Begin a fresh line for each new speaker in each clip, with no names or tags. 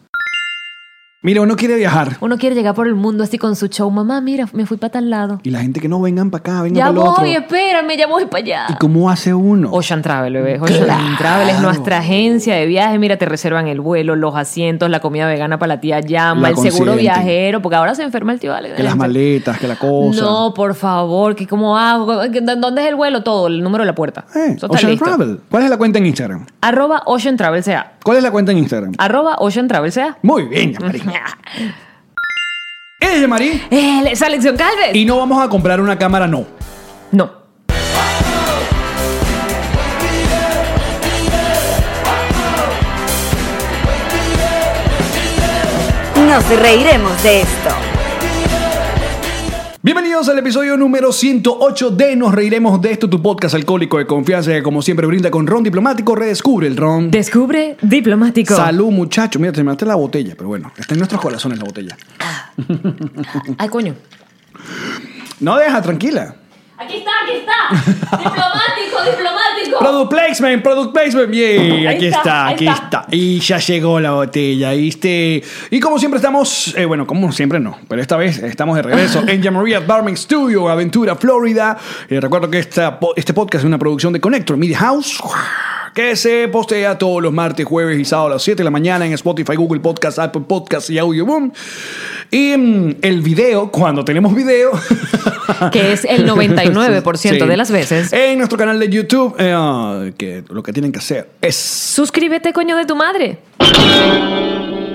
Mira, uno quiere viajar.
Uno quiere llegar por el mundo así con su show. Mamá, mira, me fui para tal lado.
Y la gente que no vengan para acá, vengan
Ya
para
voy, eh,
otro.
espérame, ya voy para allá.
¿Y cómo hace uno?
Ocean Travel, bebé. Ocean
Claro.
Travel es nuestra agencia de viajes. Mira, te reservan el vuelo, los asientos, la comida vegana para la tía
La
Llama, el seguro
consienten.
viajero, porque ahora se enferma el tío Ale.
que las maletas, que la cosa.
No, por favor, que cómo hago? ¿Qué- dó- ¿Dónde es el vuelo? Todo, el número de la puerta.
Eh,
Eso está
Ocean
listo.
Travel. ¿Cuál es la cuenta en Instagram?
Arroba Ocean Travel sea.
¿Cuál es la cuenta en Instagram?
Arroba Ocean Travel sea.
Muy bien, Yamari.
Ah.
Ella es Yamari.
Eh, es Alexion Calves.
Y no vamos a comprar una cámara, no.
No.
Nos reiremos de esto.
Bienvenidos al episodio número 108 de Nos Reiremos de esto, tu podcast alcohólico de confianza que como siempre brinda con ron diplomático, redescubre el ron.
Descubre diplomático.
Salud, muchacho. Mira, te mataste la botella, pero bueno, está en nuestros corazones la botella.
Ay, coño.
No deja, tranquila.
Aquí está, aquí está. diplomático, diplomático.
Product placement, product placement. Bien,
Ahí
aquí
está,
está,
ahí
aquí está.
está.
Y ya llegó la botella, ¿viste? Y como siempre estamos, eh, bueno, como siempre no, pero esta vez estamos de regreso en Jamaria Barman Studio, Aventura, Florida. Eh, recuerdo que esta, po- este podcast es una producción de Connector Media House. Que se postea todos los martes, jueves y sábados a las 7 de la mañana en Spotify, Google Podcast, Apple Podcast y Audio Boom. Y mm, el video, cuando tenemos video,
Que es el 99%
Ah. Sí. Eh.
de las veces.
En nuestro canal de YouTube, eh, ah, que lo que tienen que hacer es
Suscríbete, coño, de tu madre.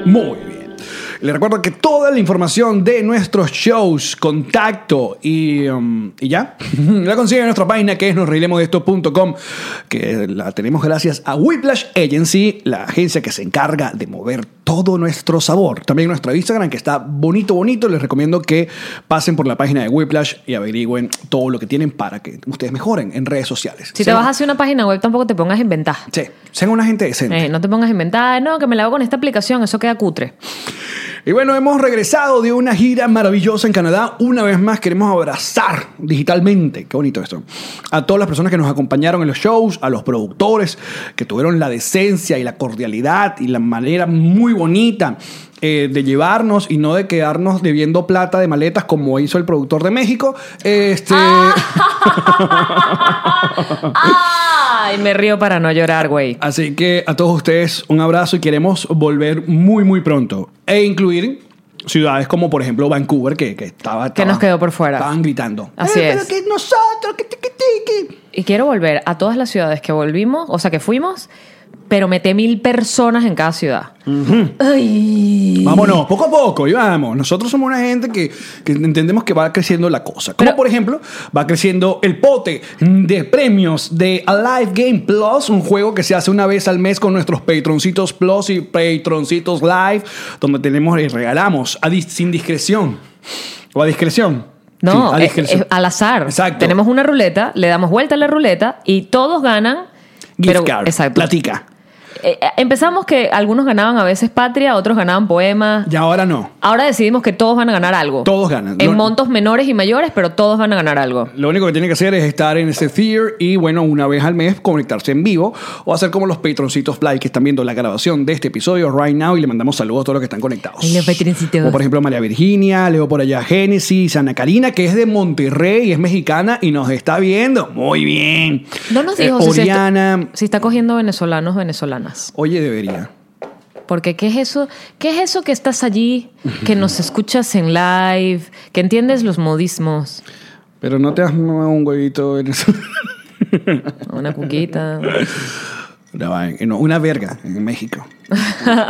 muy bien. Les recuerdo que toda la información de nuestros shows, contacto y, um, y ya, la consiguen en nuestra página que es nosreilemosdeesto.com, que la tenemos gracias a Whiplash Agency, la agencia que se encarga de mover todo nuestro sabor. También nuestro Instagram, que está bonito, bonito. Les recomiendo que pasen por la página de Whiplash y averigüen todo lo que tienen para que ustedes mejoren en redes sociales.
Si te
Sean-
vas hacia una página web, tampoco te pongas a inventar.
Sí, sean una gente decente.
Eh, no te pongas a inventar, no, que me la hago con esta aplicación, eso queda cutre.
Y bueno, hemos regresado de una gira maravillosa en Canadá. Una vez más queremos abrazar digitalmente, qué bonito esto, a todas las personas que nos acompañaron en los shows, a los productores que tuvieron la decencia y la cordialidad y la manera muy bonita eh, de llevarnos y no de quedarnos debiendo plata de maletas como hizo el productor de México. Este,
Ay, me río para no llorar, güey.
Así que a todos ustedes un abrazo y queremos volver muy, muy pronto. E incluir ciudades como, por ejemplo, Vancouver, que, que estaba,
Que
estaba-
nos quedó por fuera.
Estaban gritando.
Así
"Eh,
es.
Pero que nosotros, que tiqui tiqui.
Y quiero volver a todas las ciudades que volvimos, o sea, que fuimos, pero meté mil personas en cada ciudad.
Vámonos, poco a poco, y vamos. Nosotros somos una gente que, que entendemos que va creciendo la cosa. Como,
Pero-
por ejemplo, va creciendo el pote de premios de Alive Game Plus, un juego que se hace una vez al mes con nuestros Patroncitos Plus y Patroncitos Live, donde tenemos y regalamos a dis- sin discreción. O a discreción.
No,
Sí, a
eh,
discreción.
eh, al azar.
Exacto.
Tenemos una ruleta, le damos vuelta a la ruleta y todos ganan.
Gift
pero-
card,
Exacto.
platica.
eh, empezamos que algunos ganaban a veces patria, otros ganaban poemas.
Y ahora no.
Ahora decidimos que todos van a ganar algo.
Todos ganan.
En
Lo-
montos menores y mayores, pero todos van a ganar algo.
Lo único que tiene que hacer es estar en ese tier y, bueno, una vez al mes conectarse en vivo o hacer como los patroncitos fly que están viendo la grabación de este episodio right now y le mandamos saludos a todos los que están conectados.
Ay, los patroncitos.
O, por ejemplo, María Virginia, leo por allá Génesis, Ana Karina, que es de Monterrey y es mexicana y nos está viendo. Muy bien.
No nos
Eh,
dijo si, se está-
Oriana.
si está cogiendo venezolanos, venezolanas.
Oye, debería.
Porque ¿qué es eso? ¿Qué es eso que estás allí, que nos escuchas en live, que entiendes los modismos?
Pero no te has mamado un huevito en eso.
Una cuquita.
No, eh, no, una verga en México.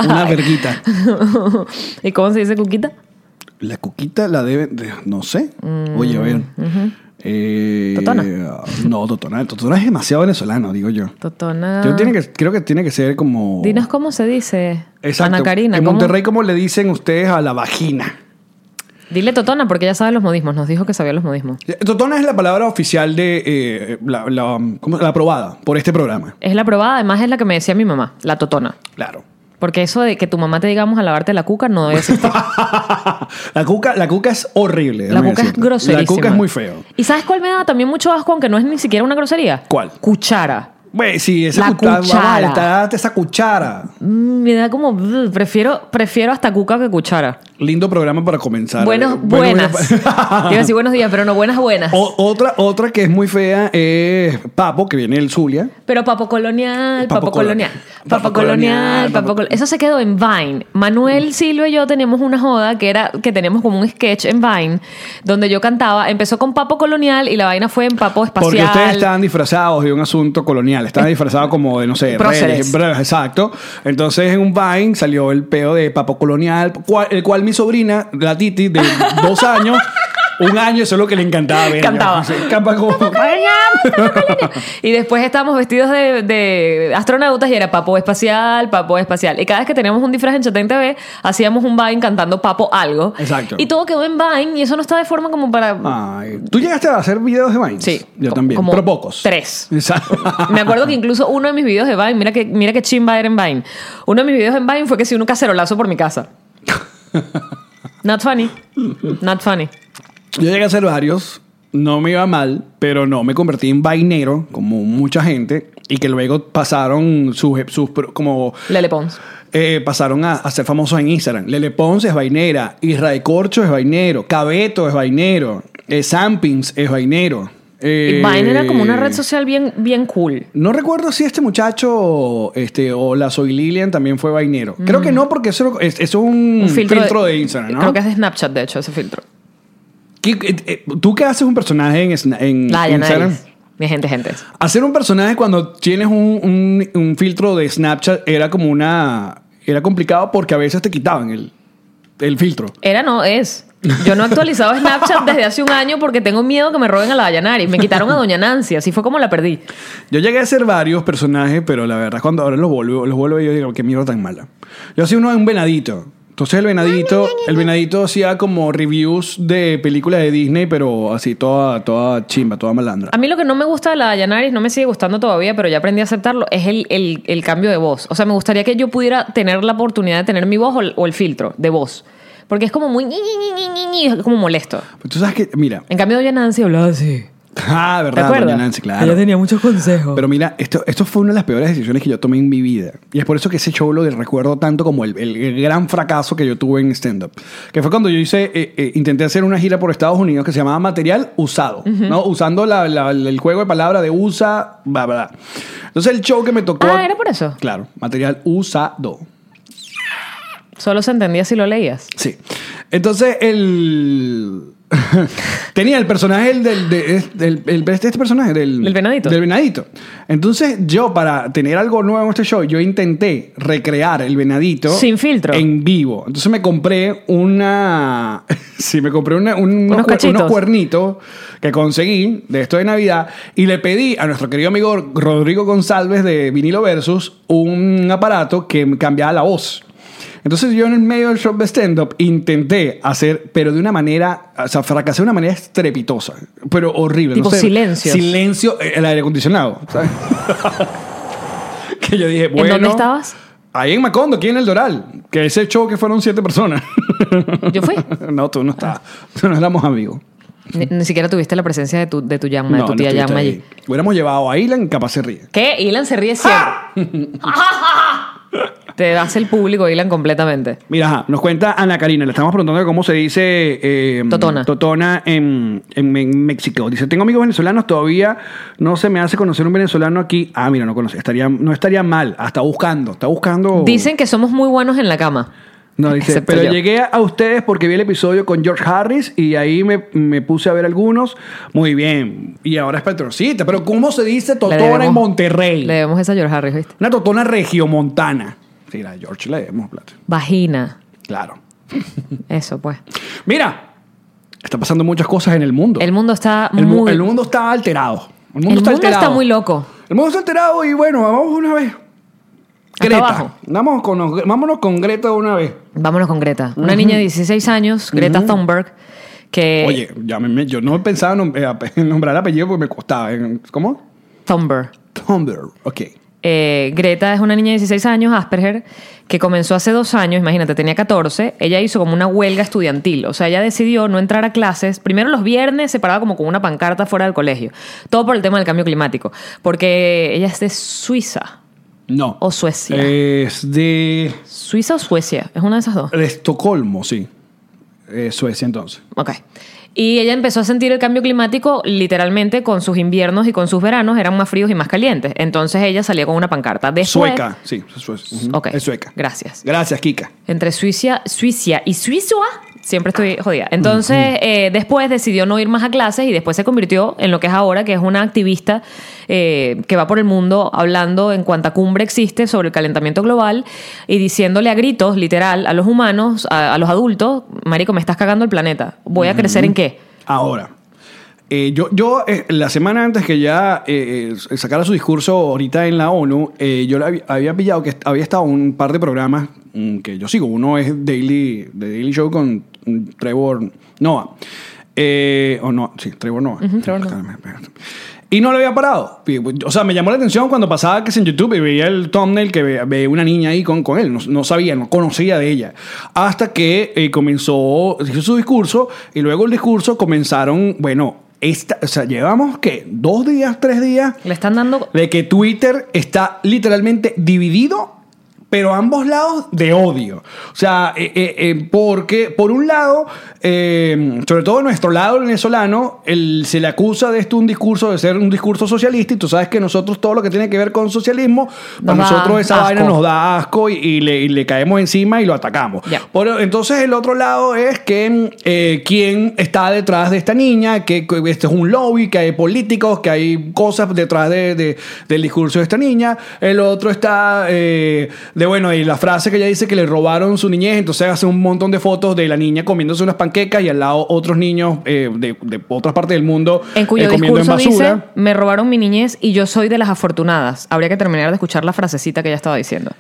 Una verguita.
¿Y cómo se dice cuquita?
La cuquita la deben. de- no sé. Oye, a ver. Eh,
Mm, Totona.
No, Totona. Totona es demasiado venezolano, digo yo.
Totona.
Yo tiene que, creo que tiene que ser como.
Ah. Dinos cómo se dice.
Exacto.
Ana Karina.
En
¿cómo?
Monterrey, ¿cómo le dicen ustedes a la vagina?
Dile Totona porque ya sabe los modismos. Nos dijo que sabía los modismos.
Totona es la palabra oficial de. eh, la, la- ¿cómo? la aprobada por este programa.
Es la probada, además es la que me decía mi mamá, la Totona.
Claro.
Porque eso de que tu mamá te digamos a lavarte la cuca no debe existir.
la, cuca, la cuca es horrible.
La
déjame
cuca es
decirte.
groserísima.
La cuca es muy feo.
¿Y sabes cuál me da también mucho asco, aunque no es ni siquiera una grosería?
¿Cuál?
Cuchara.
Güey, sí, esa
La
cuca-
cuchara.
Te daste esa cuchara.
Mm, Me da como... mm, Prefiero, prefiero hasta cuca que cuchara.
Lindo programa para comenzar. Eh,
Buenos,
bueno,
buenas.
bueno,
Iba a decir buenos días, pero no, buenas, buenas.
O- otra, otra que es muy fea es Papo, que viene del Zulia.
Pero papo colonial,
Papo
papo colonial,
colonial, papo
papo colonial,
colonial,
papo
papo-
col- Eso se quedó en Vine. Manuel Silva y yo tenemos una joda que era que tenemos como un sketch en Vine donde yo cantaba. Empezó con papo colonial y la vaina fue en papo espacial.
Porque ustedes estaban disfrazados de un asunto colonial.
Eh.
Estaban disfrazados como de, no sé,
Próceres.
reyes, bra- exacto. Entonces en un Vine salió el peo de Papo Colonial, cual- el cual mi sobrina, la Titi, de dos años, un año, eso es lo que le encantaba ver.
Cantaba.
Sí, capa como-
Y después estábamos vestidos de, de astronautas y era papo espacial, papo espacial. Y cada vez que teníamos un disfraz en Chatén TV, hacíamos un Vine cantando papo algo.
Exacto.
Y todo quedó en Vine y eso no está de forma como para...
Ay, ¿Tú llegaste a hacer videos de Vine?
Sí.
Yo
Co-
también,
como
pero pocos.
tres.
Exacto.
Me acuerdo que incluso uno de mis videos de Vine, mira que, mira que chimba era en Vine. Uno de mis videos en Vine fue que si un cacerolazo por mi casa. Not funny. Not funny.
Yo llegué a hacer varios, no me iba mal, pero no me convertí en vainero, como mucha gente, y que luego pasaron sus, e, sus pro- como
Lele Pons.
eh, pasaron a, a ser famosos en Instagram. Lele Ponce es vainera, Israel Corcho es vainero, Cabeto es vainero, eh, Sampins es vainero.
Y
eh,
Vine era como una red social bien, bien cool.
No recuerdo si este muchacho este, o la Soy Lilian también fue vainero. Creo que no, porque eso, es, eso es un, filtro, de, Instagram, ¿no?
Creo que es Mm. de Snapchat, de hecho, ese filtro.
¿Qué- qué- eh, ¿Tú qué haces un personaje en, Sna- en
La ya
Instagram?
nadie. Mi gente, gente.
Hacer un personaje cuando tienes un, un- un filtro de Snapchat era como una. Era complicado porque a veces te quitaban el, el filtro.
Era, no, es. Yo no he actualizado Snapchat desde hace un año porque tengo miedo que me roben a la Dayanari. Me quitaron a Doña Nancy, así fue como la perdí.
Yo llegué a hacer varios personajes, pero la verdad, cuando ahora los vuelvo, los vuelvo y yo digo, qué mierda tan mala. Yo hacía uno de un venadito. Entonces el venadito, el venadito hacía como reviews de películas de Disney, pero así toda, toda chimba, toda malandra.
A mí lo que no me gusta de la Dayanaris, no me sigue gustando todavía, pero ya aprendí a aceptarlo, es el, el- el cambio de voz. O sea, me gustaría que yo pudiera tener la oportunidad de tener mi voz o el, o el filtro de voz. Porque es como muy... ñi, ñi, ñi, ñi, ñi, es como molesto.
Pero Pues, tú sabes que, mira.
En cambio, Doña Nancy hablaba así.
Ah,
¿Te
verdad,
acuerdas?
doña Nancy, claro.
Ella tenía muchos consejos.
Pero mira, esto, esto fue una de las peores decisiones que yo tomé en mi vida. Y es por eso que ese show lo del- recuerdo tanto como el, el- el gran fracaso que yo tuve en stand-up. Que fue cuando yo hice, eh, eh, intenté hacer una gira por Estados Unidos que se llamaba Material Usado, ¿no? Usando la- la- el juego de palabras de usa, bla, bla. bla. Entonces el show que me tocó.
Ah, ¿era por eso?
Claro, Material Usado.
Solo se entendía si lo leías.
Sí. Entonces, el. Tenía el personaje del, del, de- es- del- el- este, este personaje del,
Del venadito.
del venadito. Entonces, yo, para tener algo nuevo en este show, yo intenté recrear el venadito.
Sin filtro.
En vivo. Entonces me compré una. sí, me compré una- un- unos, cuer-
cachitos.
unos cuernitos que conseguí de esto de Navidad. Y le pedí a nuestro querido amigo Rodrigo González de Vinilo Versus un aparato que cambiaba la voz. Entonces yo en el medio del show de stand-up intenté hacer, pero de una manera, o sea, fracasé de una manera estrepitosa, pero horrible.
Tipo silencios.
Silencio, eh, el aire acondicionado. ¿sabes? que yo dije, bueno.
dónde estabas?
Ahí en Macondo, aquí en El Doral. Que ese show que fueron siete personas.
Yo fui.
no, tú no estabas. Tú no éramos amigos.
Ni, ni siquiera tuviste la presencia de tu, de tu llama,
No,
de tu
no
tía
estuviste
llama
ahí.
allí.
Hubiéramos llevado a Ilan, capaz se ríe.
¿Qué? Ilan se ríe siempre. Te hace el público, Ilan, completamente.
Mira, ajá, nos cuenta Ana Karina, le estamos preguntando cómo se dice eh,
Totona.
Totona en, en- en México. Dice, tengo amigos venezolanos, todavía no se me hace conocer un venezolano aquí. Ah, mira, no conoce, estaría, no estaría mal, hasta buscando, está buscando.
Dicen que somos muy buenos en la cama.
No, dice,
Excepto
pero
yo.
llegué a ustedes porque vi el episodio con George Harris y ahí me, me puse a ver algunos. Muy bien. Y ahora es Petrocita. Pero ¿cómo se dice
Le
Totona en
debemos-
Monterrey?
Le debemos esa a George Harris, ¿viste?
Una Totona regiomontana. Sí, la de George le debemos plata.
Vagina.
Claro.
Eso, pues.
Mira, está pasando muchas cosas en el mundo.
El mundo está
El mu-
muy...
el mundo está alterado. El mundo,
El
está,
mundo
alterado.
está muy loco.
El mundo está alterado y bueno, vamos una vez.
Hasta abajo.
Greta. Vamos con, vámonos con Greta de una vez.
Vámonos con Greta. Una niña de 16 años, Greta Thunberg, que...
Oye, llámeme. Yo no pensaba nom- eh, ape- nombrar apellido porque me costaba. eh, ¿Cómo?
Thunberg.
Thunberg. Ok.
Eh, Greta es una niña de 16 años, Asperger, que comenzó hace dos años, imagínate, tenía 14. Ella hizo como una huelga estudiantil. O sea, ella decidió no entrar a clases. Primero los viernes se paraba como con una pancarta fuera del colegio. Todo por el tema del cambio climático. Porque ella es de Suiza.
No.
O Suecia.
Es de,
¿Suiza o Suecia? Es una de esas dos.
de Estocolmo, sí. Eh, Suecia, entonces.
Ok. Y ella empezó a sentir el cambio climático literalmente con sus inviernos y con sus veranos eran más fríos y más calientes. Entonces ella salía con una pancarta. Después,
Sueca, sí. es Suecia. Ujú,
Ok.
Es sueca.
Gracias.
Gracias, Kika.
Entre Suiza, Suiza y Suiza, siempre estoy jodida. Entonces, eh, después decidió no ir más a clases y después se convirtió en lo que es ahora, que es una activista eh, que va por el mundo hablando en cuanta cumbre existe sobre el calentamiento global y diciéndole a gritos, literal, a los humanos, a, a los adultos, Marico, me estás cagando el planeta. ¿Voy a crecer en qué?
Ahora, eh, yo, yo eh, la semana antes que ya eh, eh, sacara su discurso ahorita en la ONU, eh, yo la había, había pillado que est- había estado un par de programas mm, que yo sigo. Uno es Daily, The Daily Show con mm, Trevor Noah. Eh, o no, sí, Trevor Noah. Y no lo había parado. Y, O sea, me llamó la atención cuando pasaba que es en YouTube y veía el thumbnail que ve- veía una niña ahí con, con él. No, no sabía, no conocía de ella. Hasta que eh, comenzó, hizo su discurso y luego el discurso comenzaron, bueno, esta, o sea, llevamos que dos días, tres días
Le están dando
de que Twitter está literalmente dividido, pero a ambos lados de odio. O sea, eh, eh, eh, porque por un lado, eh, sobre todo nuestro lado venezolano, el- se le acusa de esto un discurso, de ser un discurso socialista, y tú sabes que nosotros todo lo que tiene que ver con socialismo, a
Nos da
nosotros esa
asco.
vaina nos da asco y, y le, y le caemos encima y lo atacamos.
Ya.
Por- entonces el otro lado es que eh, quién está detrás de esta niña, que, que este es un lobby, que hay políticos, que hay cosas detrás de, de- del discurso de esta niña. El otro está eh, de, bueno, y la frase que ella dice que le robaron su niñez, entonces hace un montón de fotos de la niña comiéndose unas panquecas y al lado otros niños eh, de, de otras partes del mundo
En cuyo
eh, comiendo en
discurso
basura.
dice, me robaron mi niñez y yo soy de las afortunadas. Habría que terminar de escuchar la frasecita que ella estaba diciendo.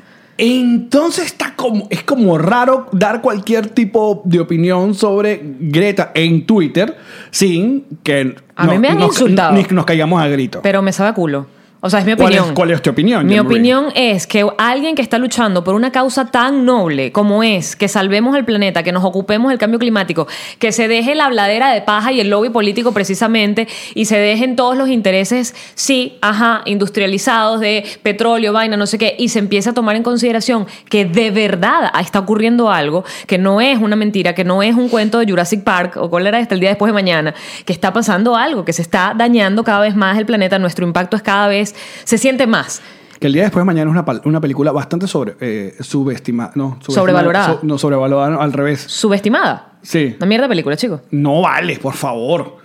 Entonces está como, es como raro dar cualquier tipo de opinión sobre Greta en Twitter sin que
A mí me han insultado.
ni que nos caigamos a grito.
Pero me sabe a culo. O sea, es mi
¿Cuál es-
opinión.
cuál es tu opinión,
Mi
Jan Marie?
opinión es que alguien que está luchando por una causa tan noble como es que salvemos el planeta, que nos ocupemos del cambio climático, que se deje la habladera de paja y el lobby político precisamente y se dejen todos los intereses, sí, ajá, industrializados de petróleo, vaina, no sé qué, y se empieza a tomar en consideración que de verdad está ocurriendo algo que no es una mentira, que no es un cuento de Jurassic Park o cuál era este el día después de mañana, que está pasando algo, que se está dañando cada vez más el planeta, nuestro impacto es cada vez, se siente más.
Que el día después de mañana es una, pal- una película bastante sobre, eh, subestimada. No, subestima-
Sobrevalorada.
so- no, sobrevalorada, no, al revés.
subestimada.
Sí.
Una mierda de película, chicos.
No vale, por favor.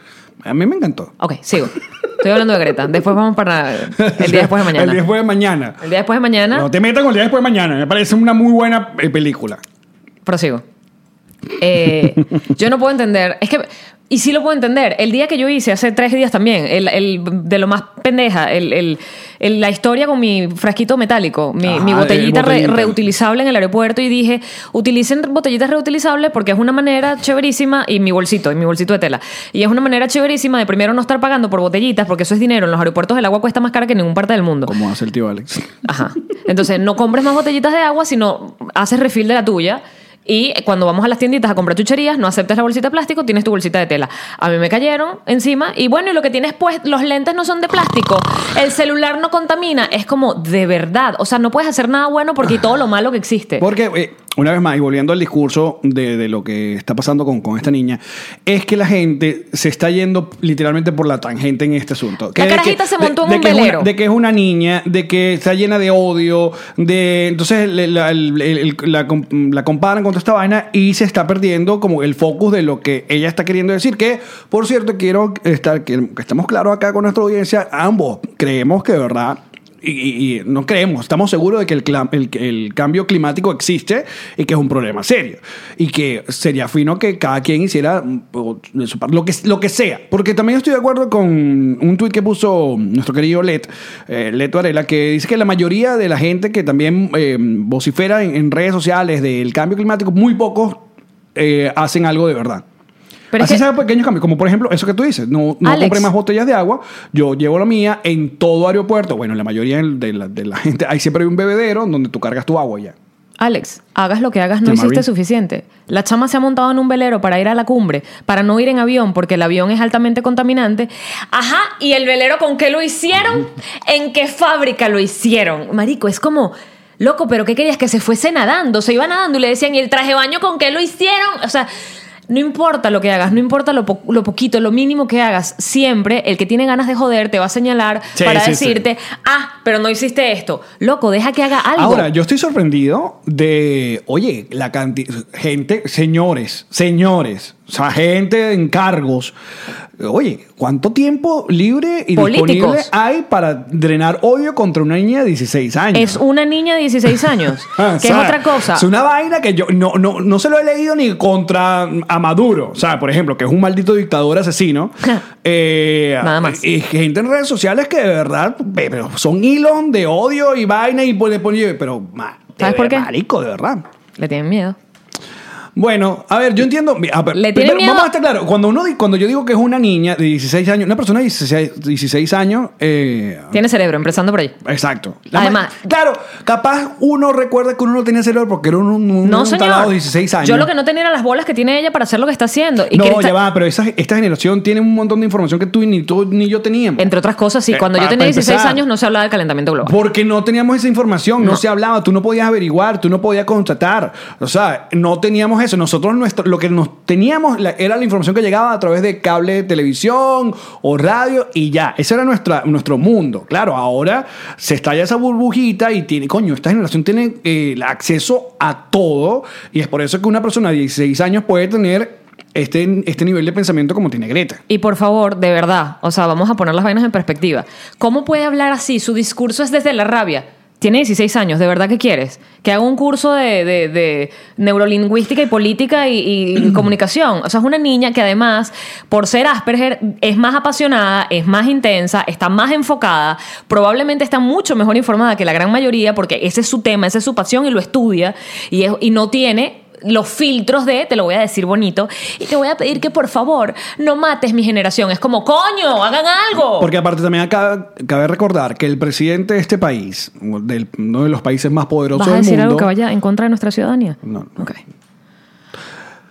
A mí me encantó.
Ok, sigo. Estoy hablando de Greta. Después vamos para el día después de mañana.
El día después de mañana.
El día después de mañana,
No te metas con el día después de mañana. Me parece una muy buena eh, película.
prosigo. Eh, yo no puedo entender. Es que. Y sí lo puedo entender. El día que yo hice, hace tres días también, el, el- de lo más pendeja, el, el- el- la historia con mi frasquito metálico, mi,
Ajá,
mi
el
botellita, re-
botellita.
reutilizable en el aeropuerto, y dije, utilicen botellitas reutilizables porque es una manera chéverísima, y mi bolsito, y mi bolsito de tela. Y es una manera chéverísima de primero no estar pagando por botellitas, porque eso es dinero. En los aeropuertos el agua cuesta más cara que en ningún parte del mundo.
Como hace el tío Alex.
Ajá. Entonces, no compres más botellitas de agua, sino haces refil de la tuya. Y cuando vamos a las tienditas a comprar chucherías, no aceptas la bolsita de plástico, tienes tu bolsita de tela. A mí me cayeron encima. Y bueno, y lo que tienes, pues, los lentes no son de plástico. El celular no contamina. Es como, de verdad. O sea, no puedes hacer nada bueno porque hay todo lo malo que existe.
Porque, eh, una vez más, y volviendo al discurso de, de lo que está pasando con, con esta niña, es que la gente se está yendo literalmente por la tangente en este asunto. Que de
carajita
que-
se montó en un
que es una-
velero.
de que es una niña, de que está llena de odio, de... Entonces le- la, el- el- el- la com- la comparan con toda esta vaina y se está perdiendo como el focus de lo que ella está queriendo decir. Que, por cierto, quiero estar... Que, que estemos claros acá con nuestra audiencia. Ambos creemos que, de verdad... Y, y- y no creemos, estamos seguros de que el, clam- el- el cambio climático existe y que es un problema serio. Y que sería fino que cada quien hiciera mm, o, de su parte, lo que, lo que sea. Porque también estoy de acuerdo con un tuit que puso nuestro querido Let, eh, Leto Arela, que dice que la mayoría de la gente que también eh, vocifera en, en redes sociales del cambio climático, muy pocos eh, hacen algo de verdad.
Pero es
Así
que-
sea pequeños cambios, como por ejemplo eso que tú dices, no, no
Alex.
compré más botellas de agua, yo llevo la mía en todo aeropuerto, bueno, la mayoría de la, de la gente, ahí siempre hay un bebedero donde tú cargas tu agua ya.
Alex, hagas lo que hagas, no
Tamarín.
hiciste suficiente. La chama se ha montado en un velero para ir a la cumbre, para no ir en avión, porque el avión es altamente contaminante. Ajá, ¿y el velero con qué lo hicieron? ¿En qué fábrica lo hicieron? Marico, es como, loco, ¿pero qué querías? Que se fuese nadando, se iba nadando y le decían, ¿y el traje de baño con qué lo hicieron? O sea... No importa lo que hagas, no importa lo, po- lo poquito, lo mínimo que hagas, siempre el que tiene ganas de joder te va a señalar
Sí,
para
sí, sí.
decirte, ah, pero no hiciste esto. Loco, deja que haga algo.
Ahora, yo estoy sorprendido de, oye, la cantidad, gente, señores, señores, o sea, gente en cargos, oye, ¿cuánto tiempo libre y
Políticos.
disponible hay para drenar odio contra una niña de 16 años?
Es una niña de 16 años,
Ah,
que
o sea,
es otra cosa.
Es una vaina que yo no, no, no se lo he leído ni contra mm, a Maduro. O sea, por ejemplo, que es un maldito dictador asesino. Eh,
Nada más.
Y gente en redes sociales que de verdad ve- pero son hilos de odio y vaina y pone, pone- pero ma- de
¿Sabes por qué?
marico, de verdad.
Le tienen miedo.
Bueno, a ver, yo entiendo. a ver,
Le tiene
primero,
miedo-
Vamos a estar claro. Cuando, uno, di- cuando yo digo que es una niña de 16 años, una persona de 16, 16 años, eh,
Tiene cerebro, empezando por ahí.
Exacto.
Además-
ma- claro, capaz uno recuerda que uno no tenía celular porque era un, un, un
No,
tarado
señor.
de 16 años.
Yo lo que no tenía era las bolas que tiene ella para hacer lo que está haciendo. Y
No,
que esta-
ya va, pero esa- esta generación tiene un montón de información que tú ni tú ni yo teníamos.
Entre otras cosas, sí,
Eh,
cuando
pa-
yo tenía
para
16
empezar.
años no se hablaba de calentamiento global.
Porque no teníamos esa información, no. se hablaba, tú no podías averiguar, tú no podías constatar. O sea, no teníamos eso. Nosotros nuestro, lo que nos teníamos la- era la información que llegaba a través de cable de televisión o radio y ya. Ese era nuestra, nuestro mundo. Claro, ahora se estalla esa burbujita y tiene, coño, esta generación tiene eh, el acceso a todo y es por eso que una persona de 16 años puede tener este, este nivel de pensamiento como tiene Greta.
Y por favor, de verdad, o sea, vamos a poner las vainas en perspectiva. ¿Cómo puede hablar así? Su discurso es desde la rabia. Tiene 16 años, ¿de verdad qué quieres? Que haga un curso de, de- de neurolingüística y política y, y comunicación. O sea, es una niña que además, por ser Asperger, es más apasionada, es más intensa, está más enfocada, probablemente está mucho mejor informada que la gran mayoría porque ese es su tema, esa es su pasión y lo estudia y, es- y no tiene los filtros de, te lo voy a decir bonito, y te voy a pedir que por favor no mates mi generación. Es como, coño, hagan algo.
Porque aparte también acá cabe recordar que el presidente de este país, del- uno de los países más poderosos
¿Vas a
del
decir
mundo,
algo que vaya en contra de nuestra ciudadanía?
No, no.
Ok.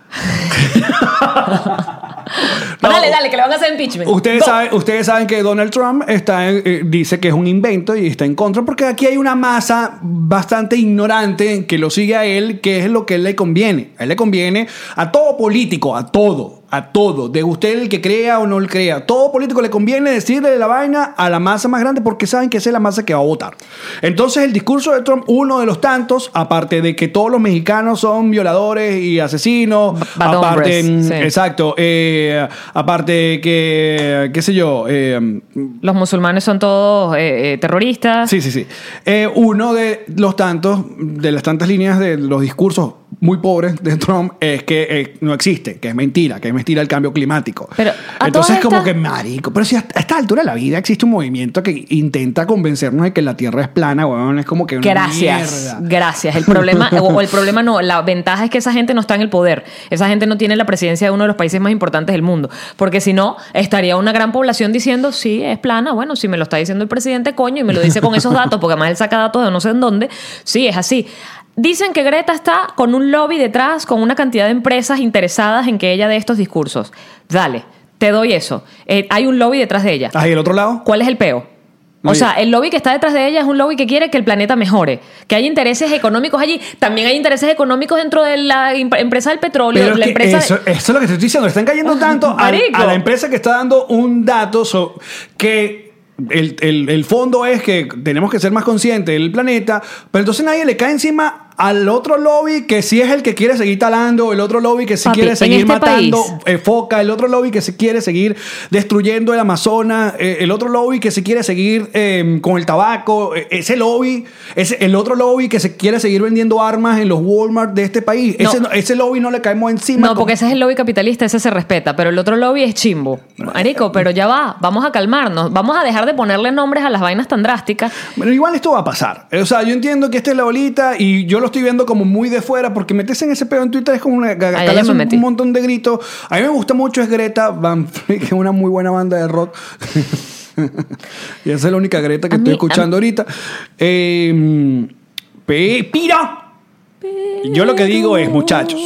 dale, dale, que le van a hacer impeachment.
Ustedes
Go.
saben, ustedes saben que Donald Trump está en- eh, dice que es un invento y está en contra porque aquí hay una masa bastante ignorante que lo sigue a él, que es lo que le conviene. A él le conviene a todo político, a todo, a todo, de usted el que crea o no el crea. Todo político le conviene decirle la vaina a la masa más grande porque saben que esa es la masa que va a votar. Entonces el discurso de Trump, uno de los tantos, aparte de que todos los mexicanos son violadores y asesinos,
bad
aparte,
hombres,
mm,
sí.
exacto, eh, aparte que, qué sé yo, eh,
Los musulmanes son todos eh, eh, terroristas.
Sí, sí, sí. Eh, uno de los tantos, de las tantas líneas de los discursos muy pobres de Trump es que eh, no existe, que es mentira, que es mentira el cambio climático.
Pero, ¿a
Entonces,
todas
como
estas?
que marico. Pero si a esta altura de la vida existe un movimiento que intenta convencernos de que la Tierra es plana, weón, es como que una
Gracias,
mierda.
gracias. El problema, o o el problema no, la ventaja es que esa gente no está en el poder. Esa gente no tiene la presidencia de uno de los países más importantes del mundo. Porque si no, estaría una gran población diciendo, sí, es plana, bueno, si me lo está diciendo el presidente, coño, y me lo dice con esos datos, porque además él saca datos de no sé en dónde, sí, es así. Dicen que Greta está con un lobby detrás, con una cantidad de empresas interesadas en que ella dé estos discursos. Dale, te doy eso. Eh, hay un lobby detrás de ella.
Ah, y el otro lado.
¿Cuál es el peo?
Muy
O sea, el lobby que está detrás de ella es un lobby que quiere que el planeta mejore, que hay intereses económicos allí. También hay intereses económicos dentro de la imp- empresa del petróleo,
Pero es
la
que
empresa. Ah,
eso, eso es lo que te estoy diciendo. le Están cayendo tanto a,
Marico.
a la empresa que está dando un dato so- que el, el- el fondo es que tenemos que ser más conscientes del planeta, pero entonces nadie le cae encima al otro lobby que sí es el que quiere seguir talando, el otro lobby que sí
Papi,
quiere
en
seguir
este
matando
país.
eh, foca, el otro lobby que se quiere seguir destruyendo el Amazonas, eh, el otro lobby que se quiere seguir eh, con el tabaco, eh, ese lobby, ese, el otro lobby que se quiere seguir vendiendo armas en los Walmart de este país,
No.
ese, no- ese lobby no le caemos encima.
No,
como-
porque ese es el lobby capitalista, ese se respeta, pero el otro lobby es chimbo. Marico, pero ya va, vamos a calmarnos, vamos a dejar de ponerle nombres a las vainas tan drásticas.
Bueno, igual esto va a pasar. O sea, yo entiendo que esta es la bolita y yo lo estoy viendo como muy de fuera porque meterse en ese pedo en Twitter es como una
ya
gagacala,
me
un,
metí.
un montón de gritos. A mí me gusta mucho es Greta Van Fleet, que es una muy buena banda de rock. y esa es la única Greta que
A
estoy
mí-
escuchando ahorita. Eh, pe- ¡Pira! Yo lo que digo es, muchachos,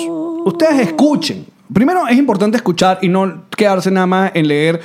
ustedes escuchen. Primero es importante escuchar y no quedarse nada más en leer,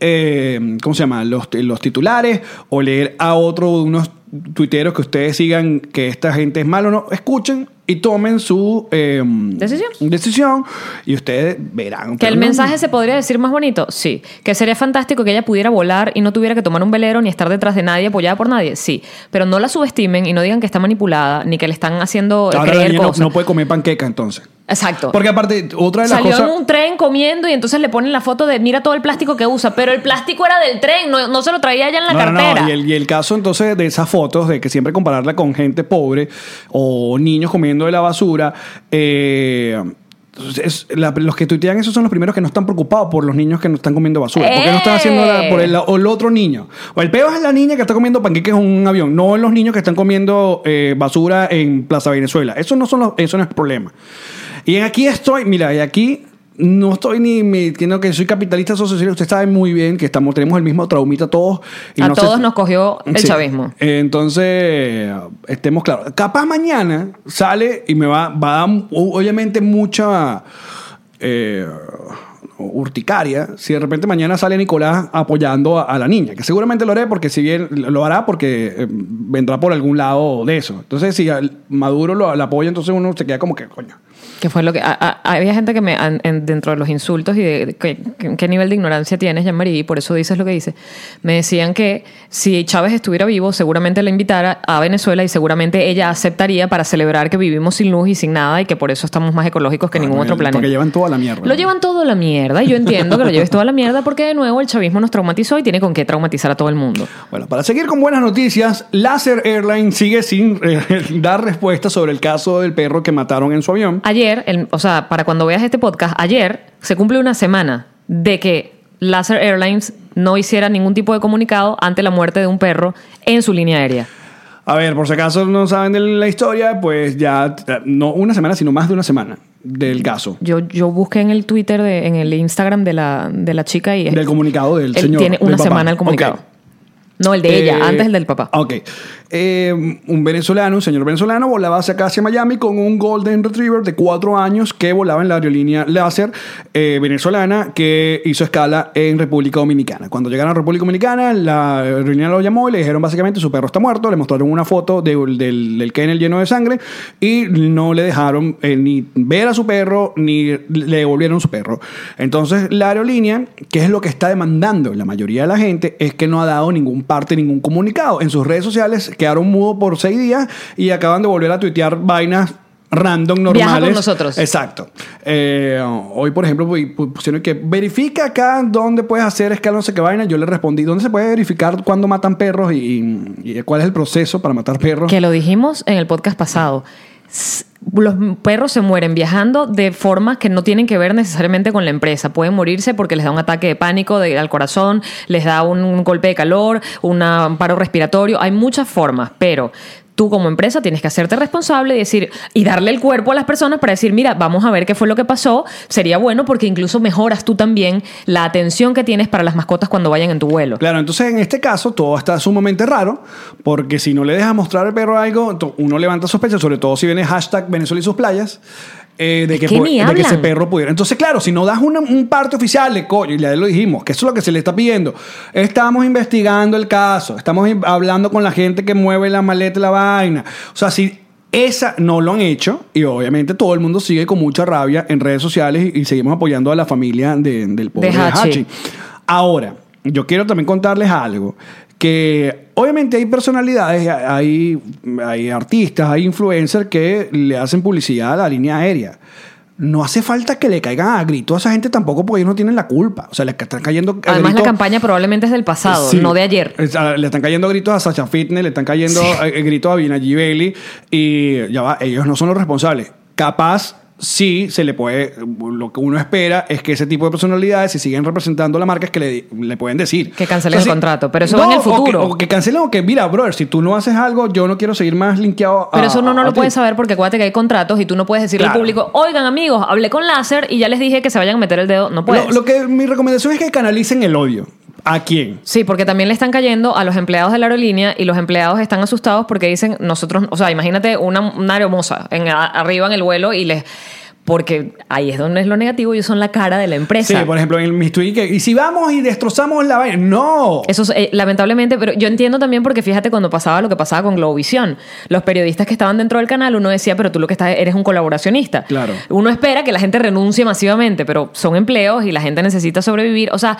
eh, ¿cómo se llama? Los, los titulares o leer a otro de unos tuiteros que ustedes sigan que esta gente es malo o no. Escuchen y tomen su eh,
Decisión.
decisión y ustedes verán.
Que
Pero
el
no-
mensaje se podría decir más bonito, sí. Que sería fantástico que ella pudiera volar y no tuviera que tomar un velero ni estar detrás de nadie, apoyada por nadie, sí. Pero no la subestimen y no digan que está manipulada ni que le están haciendo eh,
Ahora la
creer
niña no,
cosas.
no puede comer panqueca entonces.
Exacto.
Porque aparte, otra de las
Salió
cosas...
en un tren comiendo y entonces le ponen la foto de mira todo el plástico que usa, pero el plástico era del tren, no, no se lo traía ella en la
No, no, no.
cartera.
Y, el, y el caso entonces de esas fotos, de que siempre compararla con gente pobre o niños comiendo de la basura, eh, es- la- los que tuitean eso son los primeros que no están preocupados por los niños que no están comiendo basura. Porque no están
¡Eh!
haciendo la- por el, o el otro niño. O el peor es la niña que está comiendo panqueques en un avión, no los niños que están comiendo eh, basura en Plaza Venezuela. Eso no, son los, eso no es problema. Y aquí estoy, mira, y aquí no estoy ni metiendo que soy capitalista social. Usted sabe muy bien que estamos, tenemos el mismo traumita todos. y
A
no sé-
todos nos cogió el chavismo.
Entonces, estemos claros. Capaz mañana sale y me va, va a dar, obviamente, mucha. eh, urticaria si de repente mañana sale Nicolás apoyando a, a la niña, que seguramente lo haré porque si bien lo hará porque eh, vendrá por algún lado de eso. Entonces, si al- Maduro lo, la apoya, entonces uno se queda como que, coño.
Que fue lo que. a- a- había gente que me. an- en- dentro de los insultos y de. de- que- que- ¿Qué nivel de ignorancia tienes, Jean-Marie? Y por eso dices lo que dices. Me decían que si Chávez estuviera vivo, seguramente la invitara a Venezuela y seguramente ella aceptaría para celebrar que vivimos sin luz y sin nada y que por eso estamos más ecológicos que ningún otro planeta.
Ah, Porque llevan toda la mierda.
Lo llevan todo a la mierda y yo entiendo que lo lleves toda la mierda porque de nuevo el chavismo nos traumatizó y tiene con qué traumatizar a todo el mundo.
Bueno, para seguir con buenas noticias, Laser Airlines sigue sin eh, dar respuesta sobre el caso del perro que mataron en su avión.
Ayer, el- o sea, para cuando veas este podcast, ayer se cumple una semana de que Laser Airlines no hiciera ningún tipo de comunicado ante la muerte de un perro en su línea aérea.
A ver, por si acaso no saben de la historia, pues ya, eh, no una semana, sino más de una semana del caso.
Yo, yo busqué en el Twitter, de- en el Instagram de la, de la chica y...
Del comunicado del
él
señor,
Tiene
del
una
papá.
semana el comunicado.
Ok.
No, el de ella,
Eh,
antes el del papá.
Ok. Eh, un venezolano, un señor venezolano, volaba hacia acá, hacia Miami con un Golden Retriever de cuatro años que volaba en la aerolínea Láser eh, venezolana que hizo escala en República Dominicana. Cuando llegaron a República Dominicana, la aerolínea lo llamó y le dijeron básicamente su perro está muerto. Le mostraron una foto de- del, del kennel lleno de sangre y no le dejaron eh, ni ver a su perro ni le devolvieron su perro. Entonces, la aerolínea, que es lo que está demandando la mayoría de la gente, es que no ha dado ningún parte, ningún comunicado. En sus redes sociales quedaron mudo por seis días y acaban de volver a tuitear vainas random normales.
Viaja con nosotros.
Exacto. Eh, hoy, por ejemplo, pu- pu- pusieron que verifica acá dónde puedes hacer escala, no sé qué vaina. Yo le respondí, ¿dónde se puede verificar cuándo matan perros y, y cuál es el proceso para matar perros?
Que lo dijimos en el podcast pasado. S- los perros se mueren viajando de formas que no tienen que ver necesariamente con la empresa. Pueden morirse porque les da un ataque de pánico de- al corazón, les da un, un golpe de calor, una- un paro respiratorio. Hay muchas formas, pero tú como empresa tienes que hacerte responsable y decir y darle el cuerpo a las personas para decir, mira, vamos a ver qué fue lo que pasó. Sería bueno porque incluso mejoras tú también la atención que tienes para las mascotas cuando vayan en tu vuelo.
Claro, entonces en este caso todo está sumamente raro, porque si no le dejas mostrar al perro algo, to- uno levanta sospechas, sobre todo si viene hashtag Venezuela y sus playas, eh, de, que
que
pu-
ni
de
hablan.
que ese perro pudiera. Entonces, claro, si no das una- un parte oficial, le coño, y ya lo dijimos, que eso es lo que se le está pidiendo. Estamos investigando el caso, estamos in- hablando con la gente que mueve la maleta y la vaina. O sea, si esa no lo han hecho, y obviamente todo el mundo sigue con mucha rabia en redes sociales y, y seguimos apoyando a la familia de- del pobre
De Hachi.
Hachi. Ahora, yo quiero también contarles algo. Que obviamente hay personalidades, hay, hay artistas, hay influencers que le hacen publicidad a la línea aérea. No hace falta que le caigan a grito a esa gente tampoco porque ellos no tienen la culpa. O sea, le están cayendo a
Además, la
grito-
campaña probablemente es del pasado,
Sí.
no de ayer.
Es- a- Le están cayendo gritos a Sacha Fitness, le están cayendo eh, gritos a Vinay Belli y ya va, ellos no son los responsables. Capaz sí se le puede, lo que uno espera es que ese tipo de personalidades, si siguen representando la marca, es que le, le pueden decir.
Que cancelen el contrato, pero eso va en el
o que-
futuro.
O que, cancelen o que, mira, brother, si tú no haces algo, yo no quiero seguir más linkeado a
Pero eso uno no
a
lo
ti.
puede saber porque acuérdate que hay contratos y tú no puedes decirle
Ah, Claro.
al público, oigan amigos, hablé con Láser y ya les dije que se vayan a meter el dedo. No puedes.
Lo, lo que mi recomendación es que canalicen el odio. ¿A quién?
Sí, porque también le están cayendo a los empleados de la aerolínea y los empleados están asustados porque dicen, nosotros, o sea, imagínate una, una aeromoza en, a- arriba en el vuelo y les... Porque ahí es donde es lo negativo, ellos son la cara de la empresa.
Sí, por ejemplo, en mis tweets que, y si vamos y destrozamos la vaina. No.
Eso es, eh, lamentablemente, pero yo entiendo también porque fíjate cuando pasaba lo que pasaba con Globovisión. Los periodistas que estaban dentro del canal, uno decía, pero tú lo que estás eres un colaboracionista.
Claro.
Uno espera que la gente renuncie masivamente, pero son empleos y la gente necesita sobrevivir. O sea,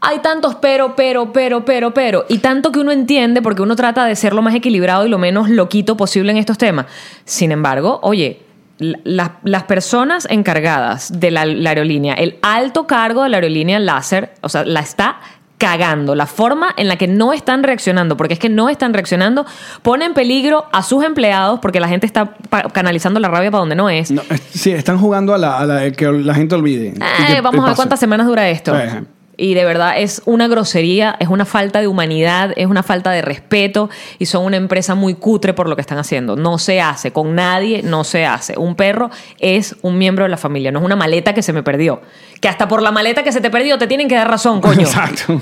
hay tantos pero, pero, pero, pero, pero. Y tanto que uno entiende porque uno trata de ser lo más equilibrado y lo menos loquito posible en estos temas. Sin embargo, oye. la- Las, las personas encargadas de la, la aerolínea, el alto cargo de la aerolínea láser, o sea, la está cagando. La forma en la que no están reaccionando, porque es que no están reaccionando, pone en peligro a sus empleados porque la gente está pa- canalizando la rabia para donde no es.
No, es- sí, están jugando a la, a la- que la gente olvide.
Ay,
Y que-
Ah, vamos a ver
pase.
cuántas semanas dura esto.
Ajá.
Y de verdad es una grosería, es una falta de humanidad, es una falta de respeto y son una empresa muy cutre por lo que están haciendo. No se hace, con nadie no se hace. Un perro es un miembro de la familia, no es una maleta que se me perdió. Que hasta por la maleta que se te perdió te tienen que dar razón, coño.
Exacto.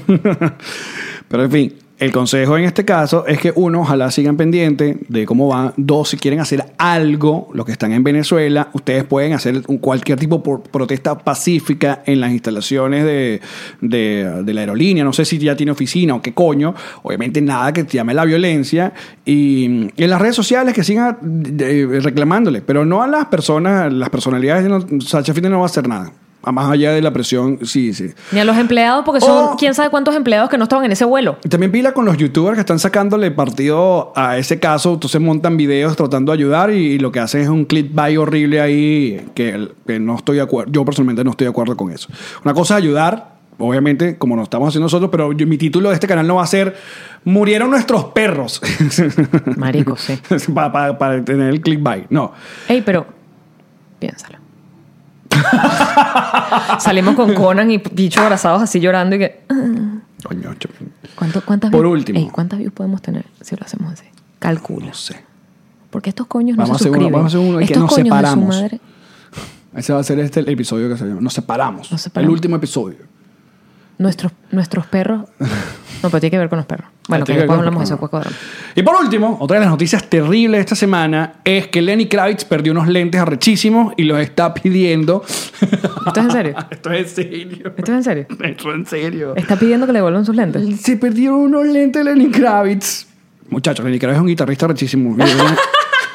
Pero en fin, el consejo en este caso es que uno, ojalá sigan pendiente de cómo van. Dos, si quieren hacer algo, los que están en Venezuela, ustedes pueden hacer un- cualquier tipo de protesta pacífica en las instalaciones de, de- de la aerolínea. No sé si ya tiene oficina o qué coño. Obviamente nada que te llame a la violencia. Y mm, en las redes sociales que sigan eh, reclamándole, pero no a las personas, las personalidades. No, Sacha Fitness no va a hacer nada. A Más allá de la presión, sí, sí.
Ni a los empleados, porque son
O-
quién sabe cuántos empleados que no estaban en ese vuelo.
Y También pila con los youtubers que están sacándole partido a ese caso. Entonces montan videos tratando de ayudar y, lo que hacen es un clickbait horrible ahí que, que no estoy de acuerdo. Yo personalmente no estoy de acuerdo con eso. Una cosa es ayudar, obviamente, como lo estamos haciendo nosotros, pero yo- mi título de este canal no va a ser Murieron nuestros perros
Marico, sí.
para, para- para tener el clickbait. No.
Ey, pero piénsalo. Salimos con Conan y bichos abrazados así llorando y que...
Coño, yo-
¿cuánto- ¿Cuántas
Por
views-
último.
Ey, ¿Cuántas views podemos tener si lo hacemos así? Calcula.
no sé.
Porque estos coños no
Vamos
se
a hacer uno,
suscriben.
vamos a hacer uno y que
estos
nos
coños de
separamos.
su madre...
Ese va a ser este el episodio que se llama. Nos separamos.
Nos separamos.
El último episodio.
Nuestros, nuestros perros... No, pero tiene que ver con los perros. Bueno, que
Tiene que
después
ver con
hablamos de
los
eso,
perros.
después cuadramos.
Y por último, otra de las noticias terribles de esta semana es que Lenny Kravitz perdió unos lentes arrechísimos y los está pidiendo.
¿Esto es en serio?
Esto es en serio.
¿Esto es en serio?
Esto es en serio.
Está pidiendo que le devuelvan sus lentes.
Se perdieron unos lentes de Lenny Kravitz. Muchachos, Lenny Kravitz es un guitarrista arrechísimo. Deberían,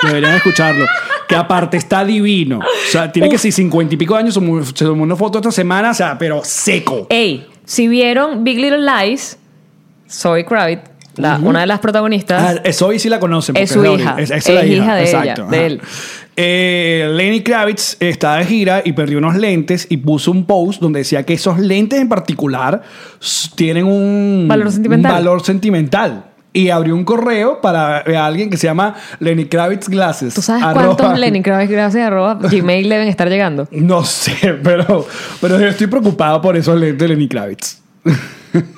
deberían escucharlo. Que aparte está divino. O sea, tiene que ser cincuenta y pico de años. Se mu- se tomó una foto esta semana, o sea, pero seco.
Ey, si vieron Big Little Lies, Zoe Kravitz, la-
Ujú.
una de las protagonistas...
Ah, eso hoy sí la conocen. porque
Es su
la
hija.
ori-
Es hija de ella, de
ajá.
él.
Eh, Lenny Kravitz está de gira y perdió unos lentes y puso un post donde decía que esos lentes en particular s- tienen un
Valor sentimental.
un valor sentimental. y abrió un correo para eh, alguien que se llama Lenny Kravitz Glasses.
¿Tú sabes
arroba-
cuántos Lenny Kravitz gracias arroba Gmail deben estar llegando?
No sé, pero, pero yo estoy preocupado por esos lentes de Lenny Kravitz.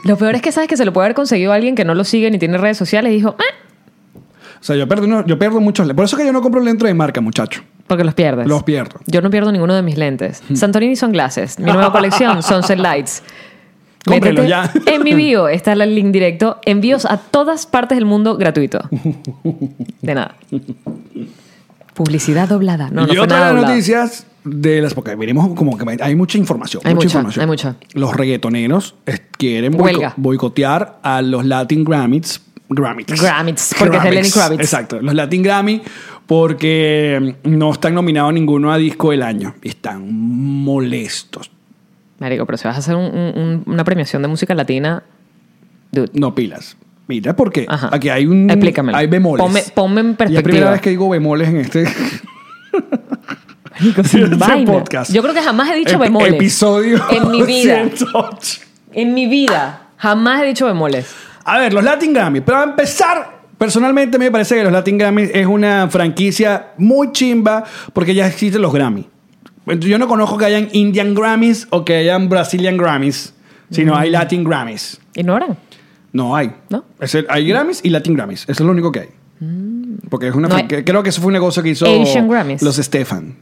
Lo peor es que sabes que se lo puede haber conseguido alguien que no lo sigue ni tiene redes sociales y dijo, "Ah",
O sea, yo pierdo, uno- yo pierdo muchos lentes. Por eso es que yo no compro lentes de marca, muchacho.
porque los pierdes.
Los pierdo. Hmm.
Yo no pierdo ninguno de mis lentes. Santorini Sunglasses. Mi nueva colección, Sunset Lights.
Cómprelo
Métete
ya.
En mi bio está el link directo. Envíos a todas partes del mundo gratuito. De nada. Publicidad doblada. No, no
y
fue nada
otras
doblado.
noticias de las porque veremos como que hay mucha información.
Hay mucha,
información.
hay mucha.
Los reggaetoneros eh, quieren boico-
Huelga.
boicotear a los Latin Grammys. Grammys.
Grammys, porque es de Lenny Kravitz.
Exacto. Los Latin Grammy porque no están nominados ninguno a disco del año. Están molestos.
Marico, pero si vas a hacer un- un- un- una premiación de música latina, dude.
No pilas. Mira, porque
Ajá.
aquí hay un.
Explícamelo.
Hay bemoles.
Ponme- ponme en
Y es la
perspectiva.
primera vez que digo bemoles en este,
Marico, sin
en este
vaina.
podcast.
Yo creo que jamás he dicho
Ep-
bemoles.
Episodio.
En mi vida.
108.
En mi vida. Jamás he dicho bemoles.
A ver, los Latin Grammy. Pero a empezar, personalmente me parece que los Latin Grammy es una franquicia muy chimba porque ya existen los Grammy. Entonces, Yo no conozco que hayan Indian Grammys o que hayan Brazilian Grammys, sino
Mm.
hay Latin Grammys.
Ignoran.
No hay.
¿No? Mm.
Es el- hay Grammys y Latin Grammys. Eso es lo único que hay. Porque es una
No hay-
franquicia- creo que eso fue un negocio que hizo
Asian Grammys.
los Stefan.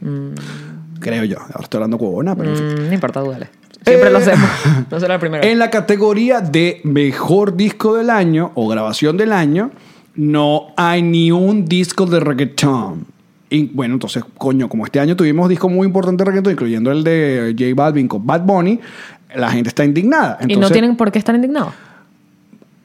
Creo yo. Ahora estoy hablando huevona, pero en fin.
Mm, no importa, dúdale. Siempre
Eh,
lo hacemos. No será la primera.
En la categoría de mejor disco del año o grabación del año, no hay ni un disco de reggaetón. Y bueno, entonces, coño, como este año tuvimos discos muy importantes de reggaetón, incluyendo el de J Balvin con Bad Bunny, la gente está indignada.
y no
Entonces,
tienen por qué estar indignados.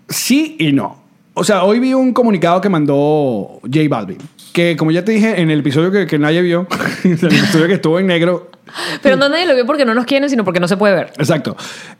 Sí y no. O sea, hoy vi un comunicado que mandó J Balvin. Que como ya te dije en el episodio que, que nadie vio, en el episodio que estuvo en negro,
Pero no nadie lo vio porque no nos quieren, sino porque no se puede ver.
Exacto.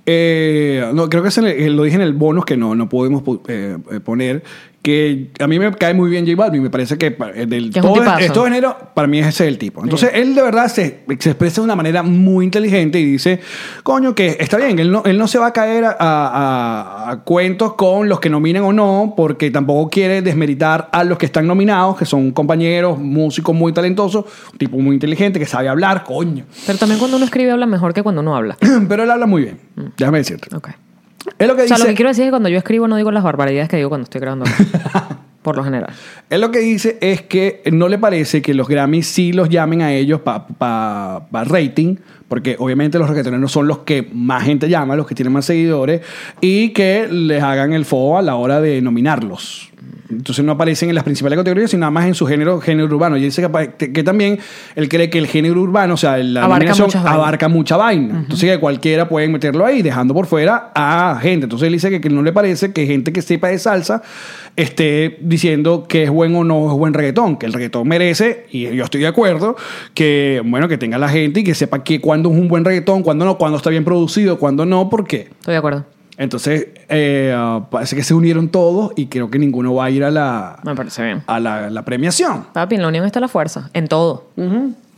Eh, no, creo que se le- eh, lo dije en el bonus que no, no pudimos pu- eh, eh, poner. Que a mí me cae muy bien J Balvin. Me parece que pa- eh, del
Que es un
todo,
tipazo.
eh, todo enero, para mí ese es el tipo. Entonces, él de verdad se, se expresa de una manera muy inteligente y dice: Coño, que está bien, él no, él no se va a caer a, a- a cuentos con los que nominan o no, porque tampoco quiere desmeritar a los que están nominados, que son compañeros, músicos muy talentosos, un tipo muy inteligente que sabe hablar, coño.
Pero también cuando uno escribe habla mejor que cuando uno habla.
Pero él habla muy bien,
Mm.
déjame decirte.
Ok.
Es lo que
O sea,
dice.
lo que quiero decir es que cuando yo escribo no digo las barbaridades que digo cuando estoy grabando. por lo general.
Él lo que dice es que no le parece que los Grammys sí los llamen a ellos para rating, porque obviamente los reggaetoneros son los que más gente llama, los que tienen más seguidores, y que les hagan el fo a la hora de nominarlos. Entonces no aparecen en las principales categorías, sino nada más en su género, género urbano. Y dice que, apa- que también él cree que el género urbano, o sea, la
Abarca
nominación
muchas vainas.
abarca mucha vaina. Entonces que cualquiera puede meterlo ahí, dejando por fuera a gente. Entonces él dice que, que no le parece que gente que sepa de salsa esté diciendo que es buen o no es buen reggaetón, que el reggaetón merece, y yo estoy de acuerdo, que bueno, que tenga la gente y que sepa que cuándo es un buen reggaetón, cuándo no, cuándo está bien producido, cuándo no, ¿por qué?
Estoy de acuerdo.
Entonces eh, ah, parece que se unieron todos y creo que ninguno va a ir a la,
Me parece bien.
a la, la premiación.
Papi, en la unión está la fuerza. En todo.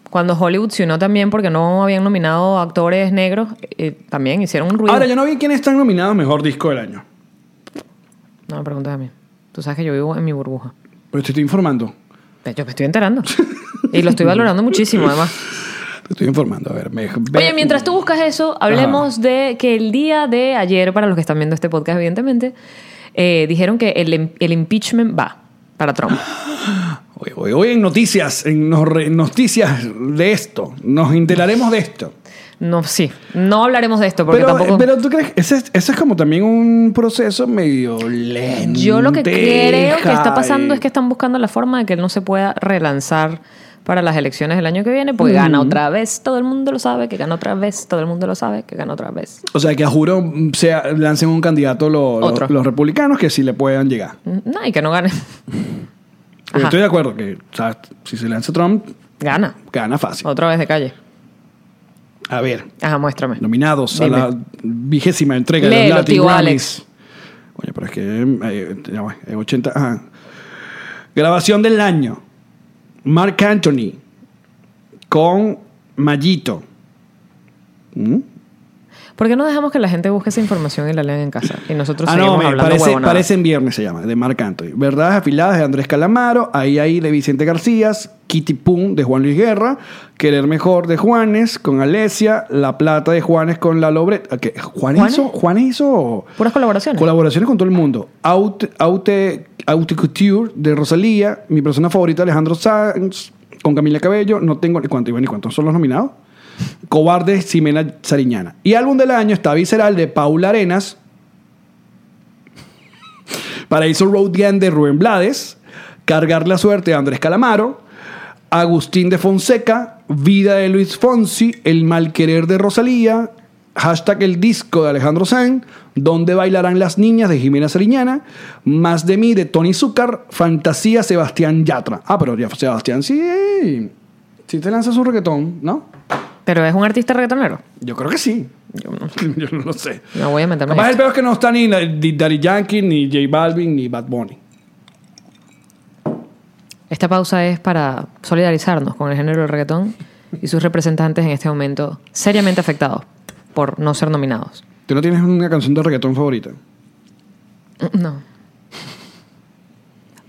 Cuando Hollywood se unió también porque no habían nominado actores negros, eh, también hicieron un ruido.
Ahora, yo no vi quiénes están nominados a Mejor Disco del Año.
No me preguntes a mí. Tú sabes que yo vivo en mi burbuja.
Pero te estoy informando.
Yo me estoy enterando. y lo estoy valorando muchísimo, además.
Te estoy informando. A ver, me-
Oye, mientras tú buscas eso, hablemos de que el día de ayer, para los que están viendo este podcast, evidentemente, eh, dijeron que el, im- el impeachment va para Trump.
Hoy, hoy- hoy en noticias, en nos re- noticias de esto, nos enteraremos de esto.
No, sí, no hablaremos de esto porque
Pero,
tampoco...
pero tú crees que ese, es- ese es como también un proceso medio lento.
yo lo que creo que está
eh.
pasando es que están buscando la forma de que él no se pueda relanzar para las elecciones del año que viene, porque gana otra vez, todo el mundo lo sabe, que gana otra vez, todo el mundo lo sabe, que gana otra vez.
O sea, que a juro mm, sea, lancen un candidato lo- lo-
Otro.
los republicanos que sí le puedan llegar.
No, y que no gane.
Yo
Ajá.
estoy de acuerdo que o sea, si se lanza Trump,
Gana.
gana fácil.
Otra vez de calle.
A ver,
Ajá, muéstrame.
nominados
Dime.
a la vigésima entrega de
Léelo,
los Latin
tío
Grammys. Oye, pero es que eh, ya va, eh, 80, ajá. Grabación del año. Mark Anthony ¿Mm? con Mallito.
¿Por qué no dejamos que la gente busque esa información y la lean en casa? Y nosotros
Ah, no,
seguimos
me
hablando
parece,
huevonadas.
Parece en viernes se llama, de Marc Anthony. Verdades afiladas de Andrés Calamaro, Ahí Ahí de Vicente García, Kitty Pum de Juan Luis Guerra, Querer Mejor de Juanes con Alesia, La Plata de Juanes con La Lobret. ¿Qué? ¿Juanes,
¿Juanes?
hizo? ¿Juanes hizo?
Puras colaboraciones.
Colaboraciones con todo el mundo. Aute, Aute, Aute Couture de Rosalía, mi persona favorita Alejandro Sanz, con Camila Cabello, no tengo ni cuánto, y bueno, ¿y cuántos son los nominados? Cobarde Ximena Sariñana. Y álbum del año está Visceral de Paula Arenas, Paraíso Road Gang de Rubén Blades, Cargar la Suerte de Andrés Calamaro, Agustín de Fonseca, Vida de Luis Fonsi, El Mal Querer de Rosalía, Hashtag El Disco de Alejandro Sanz, Donde Bailarán las Niñas de Jimena Sariñana, Más de mí de Tony Zúcar, Fantasía Sebastián Yatra. Ah, pero ya Sebastián sí, sí te lanzas un reggaetón, ¿no?
Pero es un artista reggaetonero.
Yo creo que sí. Yo no, lo sé.
No voy a meterme en
Capaz el
esto.
peor es que no está ni ni Daddy Yankee, ni J Balvin, ni Bad Bunny.
Esta pausa es para solidarizarnos con el género del reggaetón y sus representantes en este momento seriamente afectados por no ser nominados.
¿Tú no tienes una canción de reggaetón favorita?
No.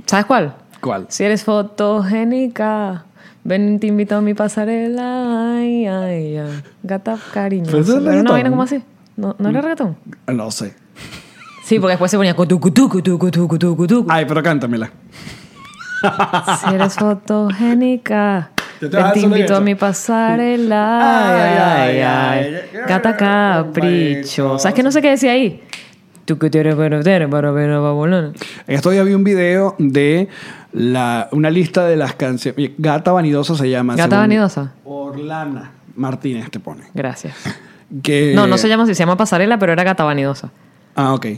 ¿Sabes cuál?
¿Cuál?
Si eres fotogénica, ven te invito a mi pasarela. Ay, ay, ay. Gata cariño.
Pero eso es
¿No
reggaetón.
una vaina como así? ¿No, no era reggaetón?
No sé.
Sí, porque después se ponía cutu, cutu, cutu, cutu, cutu, cutu.
Ay, pero cántamela.
Si eres fotogénica,
Yo te
ven,
vas
te
a hacer
invito a
eso.
mi pasarela. Ay,
Ay,
ay,
ay,
ay.
ay.
Gata capricho. ¿Sabes que no sé qué decía ahí? Tú que tienes, pero tienes, pero, pero, babolona.
En estos días vi un video de la, una lista de las canciones. Gata Vanidosa se llama.
Gata Vanidosa.
Orlana Martínez te pone.
Gracias.
Que-
No, no se llama así, se llama pasarela, pero era gata vanidosa.
Ah, ok.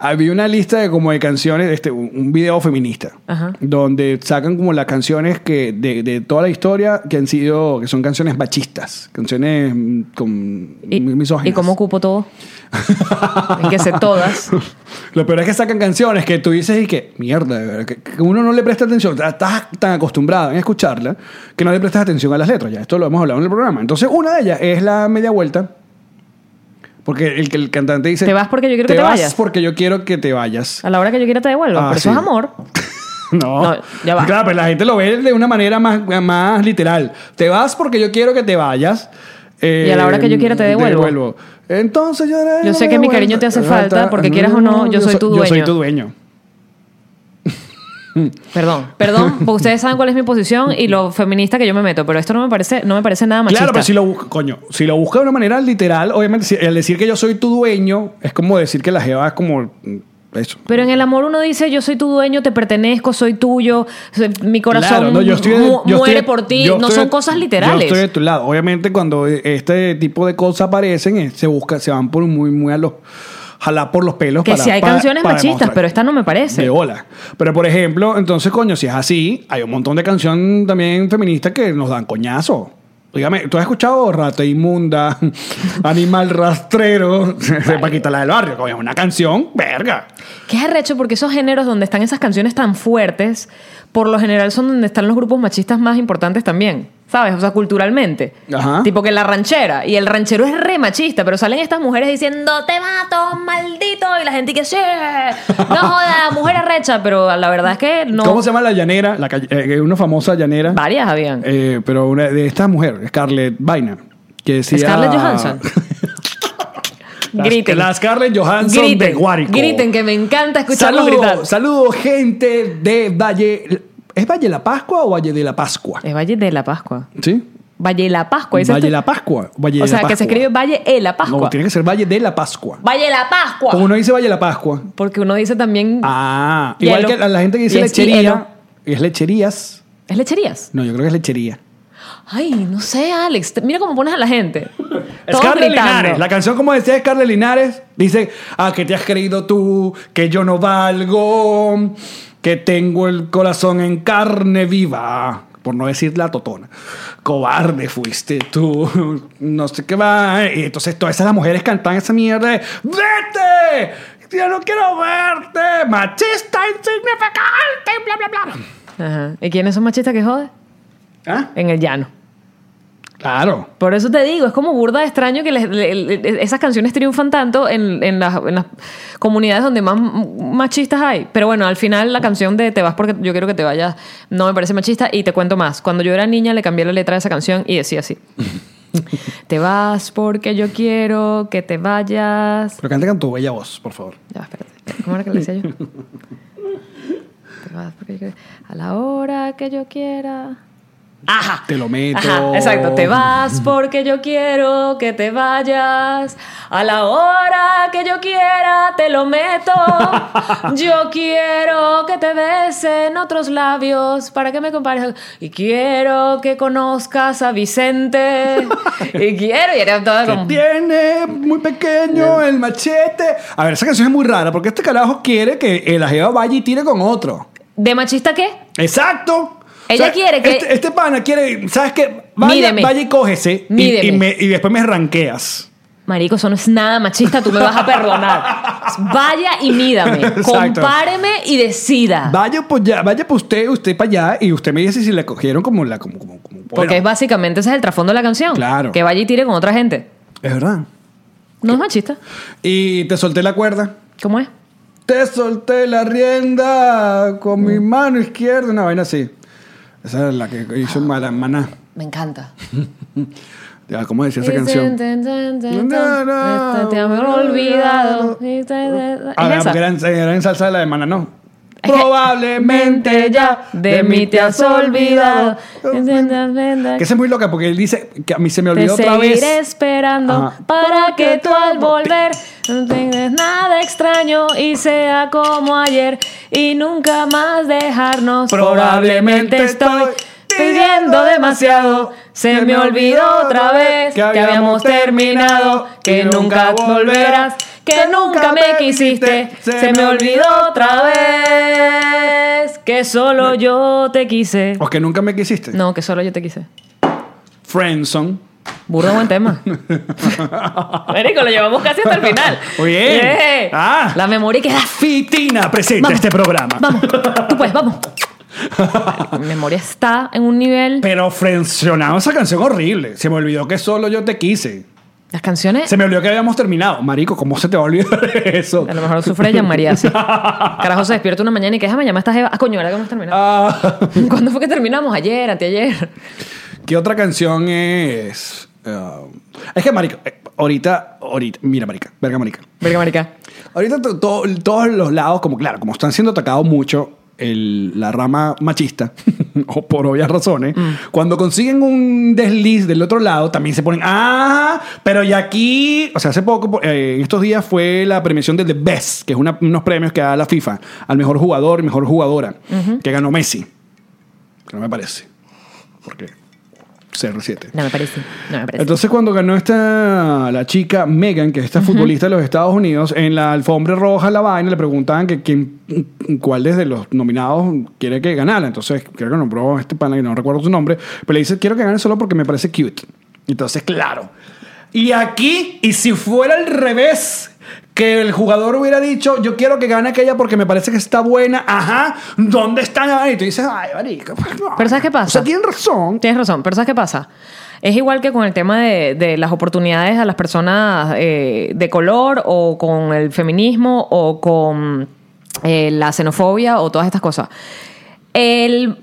Había una lista de como de canciones, este, un un video feminista,
Ajá.
donde sacan como las canciones que de, de toda la historia que han sido, que son canciones machistas, canciones mm, con
¿Y,
misóginas.
¿y cómo ocupo todo? Hay que sé todas.
Lo peor es que sacan canciones que tú dices y que, mierda, de verdad, que, que uno no le presta atención. Ta- Estás tan acostumbrado en escucharla que no le prestas atención a las letras. Ya, esto lo hemos hablado en el programa. Entonces, una de ellas es la media vuelta. Porque el, que el cantante dice...
Te vas porque yo quiero que te
vas
vayas".
porque yo quiero que te vayas.
A la hora que yo quiera te devuelvo.
Ah,
pero
sí.
eso es amor.
No.
No, ya va.
Claro, pero la gente lo ve de una manera más, más literal. Te vas porque yo quiero que te vayas. Eh,
Y a la hora que yo quiera te devuelvo.
Entonces yo...
Yo sé que mi cariño te hace falta, porque quieras o no, yo soy tu
Yo soy
dueño.
tu dueño.
Perdón, perdón, porque ustedes saben cuál es mi posición y lo feminista que yo me meto, pero esto no me parece, no me parece nada machista.
Claro, pero si lo busca, coño, si lo busca de una manera literal, obviamente, si- el decir que yo soy tu dueño es como decir que la jeva es como mm, eso.
Pero en el amor uno dice, yo soy tu dueño, te pertenezco, soy tuyo, soy- mi corazón
Claro, no, yo estoy de-
mu-
yo
muere
estoy-
por ti.
yo
No
estoy
son
de-
cosas
Yo
literales.
estoy de tu lado. Obviamente, cuando este tipo de cosas aparecen, eh, se busca, se van por muy, muy a los jalar por los pelos.
que
para-
si hay
para-
canciones
para
machistas,
demostrar.
pero esta no me parece.
De ola. Pero por ejemplo, entonces, coño, si es así, hay un montón de canción también feminista que nos dan coñazo. Dígame, ¿tú has escuchado Rata Inmunda, Animal Rastrero, Paquita la del Barrio? Coño, es una canción, verga.
Que es arrecho porque esos géneros donde están esas canciones tan fuertes, por lo general son donde están los grupos machistas más importantes también. ¿Sabes? O sea, culturalmente.
Ajá.
Tipo que la ranchera. Y el ranchero es re machista, pero salen estas mujeres diciendo, te mato, maldito. Y la gente que sí, no joda, mujer arrecha. Pero la verdad es que no.
¿Cómo se llama la llanera? La calle- eh, una famosa llanera.
Varias habían.
Eh, pero una de esta mujer, Scarlett Vaina, que decía...
Scarlett Johansson.
La-
griten.
La Scarlett Johansson de Guárico.
griten, que me encanta escucharlos
Saludo,
gritar.
saludo, gente de Valle... ¿Es Valle la Pascua o Valle de la Pascua?
Es Valle de la Pascua.
¿Sí?
Valle de la Pascua. dices
Valle
tú.
la Pascua. Valle
este? o
de
sea,
la
que se
Pascua.
escribe Valle de la Pascua.
No, tiene que ser Valle de la Pascua.
Valle de la Pascua.
Como uno dice Valle de la Pascua.
Porque uno dice también.
Ah,
Hielo.
igual que la, la gente que dice
Y es hielo.
lechería. Es lecherías.
¿Es lecherías?
No, yo creo que es lechería.
Ay, no sé, Alex. te- Mira cómo pones a la gente. Todos
Scarlett
gritando.
Linares. La canción, como decía Scarlett Linares, dice: Ah, que te has creído tú, que yo no valgo, que tengo el corazón en carne viva. Por no decir la totona. Cobarde fuiste tú. No sé qué va. Y entonces todas esas mujeres cantan esa mierda de, ¡Vete! Yo no quiero verte. Machista, insignificante, bla, bla, bla.
Ajá. ¿Y quiénes son machistas que jode?
¿Ah?
En el llano.
Claro.
Por eso te digo, es como burda de extraño que les- le- le- esas canciones triunfan tanto en, en las, en las comunidades donde más m- machistas hay. Pero bueno, al final la canción de Te vas porque yo quiero que te vayas no me parece machista y te cuento más. Cuando yo era niña le cambié la letra de esa canción y decía así. te vas porque yo quiero que te vayas.
Pero canta con tu bella voz, por favor.
Ya, va, espérate. ¿Cómo era que le decía yo? Te vas porque yo quiero- A la hora que yo quiera. Ajá.
Te lo meto.
Ajá, exacto. Te vas porque yo quiero que te vayas. A la hora que yo quiera, te lo meto. Yo quiero que te besen otros labios para que me compares. Y quiero que conozcas a Vicente. Y quiero, y era todo
Que
como.
tiene muy pequeño el machete. A ver, esa canción es muy rara porque este carajo quiere que el ajeo vaya y tire con otro.
¿De machista qué?
Exacto.
Ella quiere que-
Este, este pana quiere. ¿Sabes qué? Vaya,
Mídeme.
vaya y cógese. y-
Mídeme.
Y, me- y después me ranqueas.
Marico, eso no es nada machista, tú me vas a perdonar. Vaya y mídame.
Exacto.
Compáreme y decida.
Vaya pues ya, vaya pues usted, usted para allá y usted me dice si la cogieron como la. Como, como, como-
Porque es
bueno,
básicamente ese es el trasfondo de la canción.
Claro.
Que vaya y tire con otra gente.
es verdad.
No es machista.
Y te solté la cuerda.
¿Cómo es?
Te solté la rienda con
Mm.
mi mano izquierda. Una vaina así. Esa es la que hizo Mara- Maná.
Me encanta.
Ya, Ah, ¿Cómo decía esa canción? No, no.
Te habré olvidado.
Ah,
¿Es esa?
porque era en, era en salsa de la de Maná, no.
Es que-
Probablemente ya de mí te has olvidado. Que esa es muy loca porque él dice que a mí se me
Te
olvidó otra vez.
seguiré esperando
Ajá.
para que tú al volver no tengas nada extraño y sea como ayer y nunca más dejarnos. Probablemente estoy pidiendo demasiado. Se me olvidó otra vez que habíamos terminado, que nunca volverás, que nunca me quisiste. Se me olvidó otra vez que solo yo te quise.
O que nunca me quisiste.
No, que solo yo te quise.
Friendzone.
Burda buen tema. Marico, lo llevamos casi hasta el final.
Muy bien.
Yeah.
Ah.
La memoria queda.
Fitina presenta
Vamos.
este programa.
Vamos, tú puedes, vamos. Marico, mi memoria está en un nivel.
Pero frencionado esa canción horrible. Se me olvidó que solo yo te quise.
Las canciones.
Se me olvidó que habíamos terminado. Marico, ¿cómo se te va a olvidar eso?
A lo mejor sufre Jean María. sí. Carajo, se despierta una mañana y que déjame llamar a esta jeva. Ah, coño, ¿verdad que hemos terminado?
Ah,
¿Cuándo fue que terminamos? Ayer, anteayer.
¿Qué otra canción es? Ah, es que, marica, eh, ahorita, ahorita, mira, marica, verga, marica.
Verga, marica.
Ahorita to- to- todos los lados, como claro, como están siendo atacados mucho el- la rama machista, o por obvias razones, cuando consiguen un desliz del otro lado, también se ponen, ah, pero y aquí, o sea, hace poco, eh, en estos días fue la premiación del The Best, que es una- unos premios que da la FIFA al mejor jugador y mejor jugadora, que ganó Messi, que no me parece, porque CR7.
No me parece. No me parece.
Entonces cuando ganó esta la chica Megan, que es esta futbolista de los Estados Unidos, en la alfombra roja la vaina le preguntaban que quién cuál desde los nominados quiere que ganara. Entonces, creo que nombró a este pana que no recuerdo su nombre, pero le dice, "Quiero que gane solo porque me parece cute." Entonces, claro. Y aquí, y si fuera al revés, que el jugador hubiera dicho, yo quiero que gane aquella porque me parece que está buena, ajá, ¿dónde está? Y tú dices, ay, marica. pues, no".
Pero ¿sabes qué pasa?
O sea, tienen razón.
Tienes razón, pero ¿sabes qué pasa? Es igual que con el tema de, de las oportunidades a las personas eh, de color o con el feminismo o con eh, la xenofobia o todas estas cosas. El,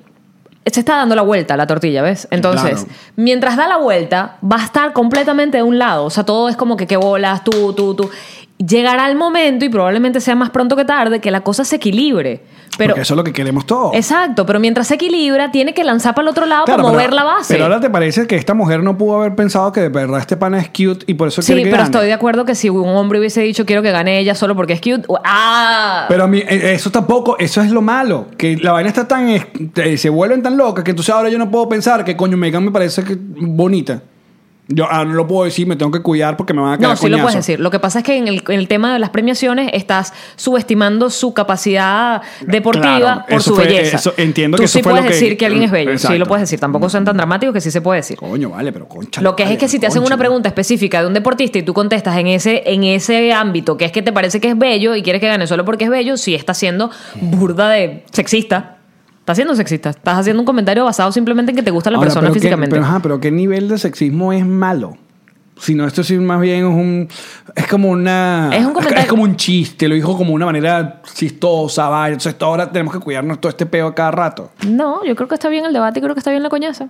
se está dando la vuelta la tortilla, ¿ves? Entonces,
Claro.
mientras da la vuelta, va a estar completamente de un lado. O sea, todo es como que qué bolas, tú, tú, tú. Llegará el momento, y probablemente sea más pronto que tarde, que la cosa se equilibre. Pero,
porque eso es lo que queremos todos.
Exacto, pero mientras se equilibra, tiene que lanzar para el otro lado
Oh. Claro,
para mover la base.
Pero ahora te parece que esta mujer no pudo haber pensado que de verdad este pana es cute y por eso
sí,
quiere que
pero
gane.
estoy de acuerdo que si un hombre hubiese dicho quiero que gane ella solo porque es cute. u- ¡Ah!
Pero a mí, eh, eso tampoco, eso es lo malo. Que la vaina está tan. es- eh, se vuelven tan locas que entonces ahora yo no puedo pensar que coño Megan me parece que bonita. Yo ahora no lo puedo decir, me tengo que cuidar porque me van a quedar
no, sí lo puedes
coñazo.
decir. Lo que pasa es que en el, en el tema de las premiaciones estás subestimando su capacidad deportiva
Claro,
por
eso
su
fue-
belleza.
eso- entiendo
Tú
que
sí
eso fue lo
puedes
que-
decir que alguien es bello. Sí,
Exacto.
lo puedes decir. Tampoco son tan dramáticos que sí se puede decir.
Coño, vale, pero concha.
Lo que es,
vale,
es que si te hacen
concha.
una pregunta específica de un deportista y tú contestas en ese, en ese ámbito, que es que te parece que es bello y quieres que gane solo porque es bello, si está siendo burda de sexista. Estás siendo sexista. Estás haciendo un comentario basado simplemente en que te gusta la
Ahora,
persona
pero qué-
físicamente.
pero, ajá, pero ¿qué nivel de sexismo es malo? Si no, esto sí más bien es un... Es como una...
Es un comentario-
como un chiste, lo dijo como una manera chistosa, va. Entonces, ahora tenemos que cuidarnos todo este peo a cada rato.
No, yo creo que está bien el debate y creo que está bien la coñaza.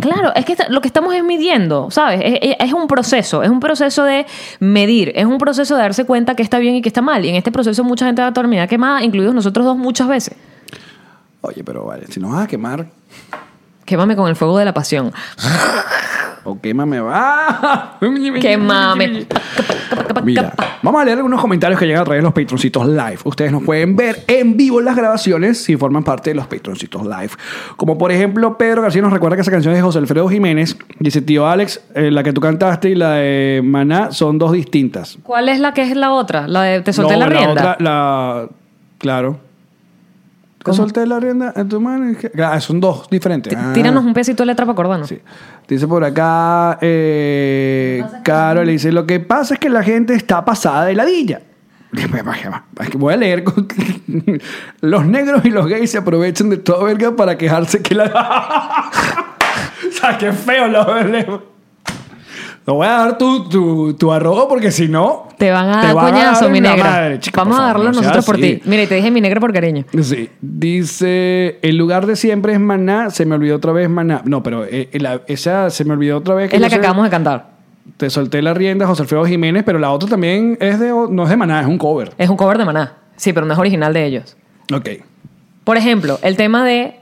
Claro, es que está- lo que estamos es midiendo, ¿sabes? Es, es- es un proceso, es un proceso de medir, es un proceso de darse cuenta que está bien y que está mal. Y en este proceso mucha gente va a terminar quemada, incluidos nosotros dos muchas veces.
Oye, pero vale, si nos vas a quemar,
Quémame con el fuego de la pasión.
o quémame, va.
Quémame.
Mira, vamos a leer algunos comentarios que llegan a través de los patroncitos live. Ustedes nos pueden ver en vivo las grabaciones si forman parte de los patroncitos live. Como por ejemplo, Pedro García nos recuerda que esa canción es de José Alfredo Jiménez. Dice, tío Alex, eh, la que tú cantaste y la de Maná son dos distintas.
¿Cuál es la que es la otra? La de te solté
No,
la rienda.
otra, la... Claro. ¿Te
¿Cómo?
solté la rienda en tu mano? y que- Ah, son dos diferentes.
T-
Ah.
Tíranos un pesito de letra para acordarnos.
Sí. Dice por acá, eh, Carol, dice, lo que pasa es que la gente está pasada de ladilla. Voy a leer. con- Los negros y los gays se aprovechan de toda verga para quejarse que la... o sea, qué feo la verga. No voy a dar tu, tu, tu arrojo porque si no...
Te van a dar
van
coñazo,
dar
mi
en la
negra.
madre, chica,
Vamos
por
a
favor,
darlo
no seas
nosotros por
así.
ti. Mira, y te dije mi negra por cariño.
Sí, dice, el lugar de siempre es Maná, se me olvidó otra vez Maná. No, pero eh, la- esa se me olvidó otra vez.
Es la
yo
que
sé-
acabamos de cantar.
Te solté la rienda, José Alfredo Jiménez, pero la otra también es de, no es de Maná, es un cover.
Es un cover de Maná. Sí, pero no es original de ellos.
Ok.
Por ejemplo, el tema de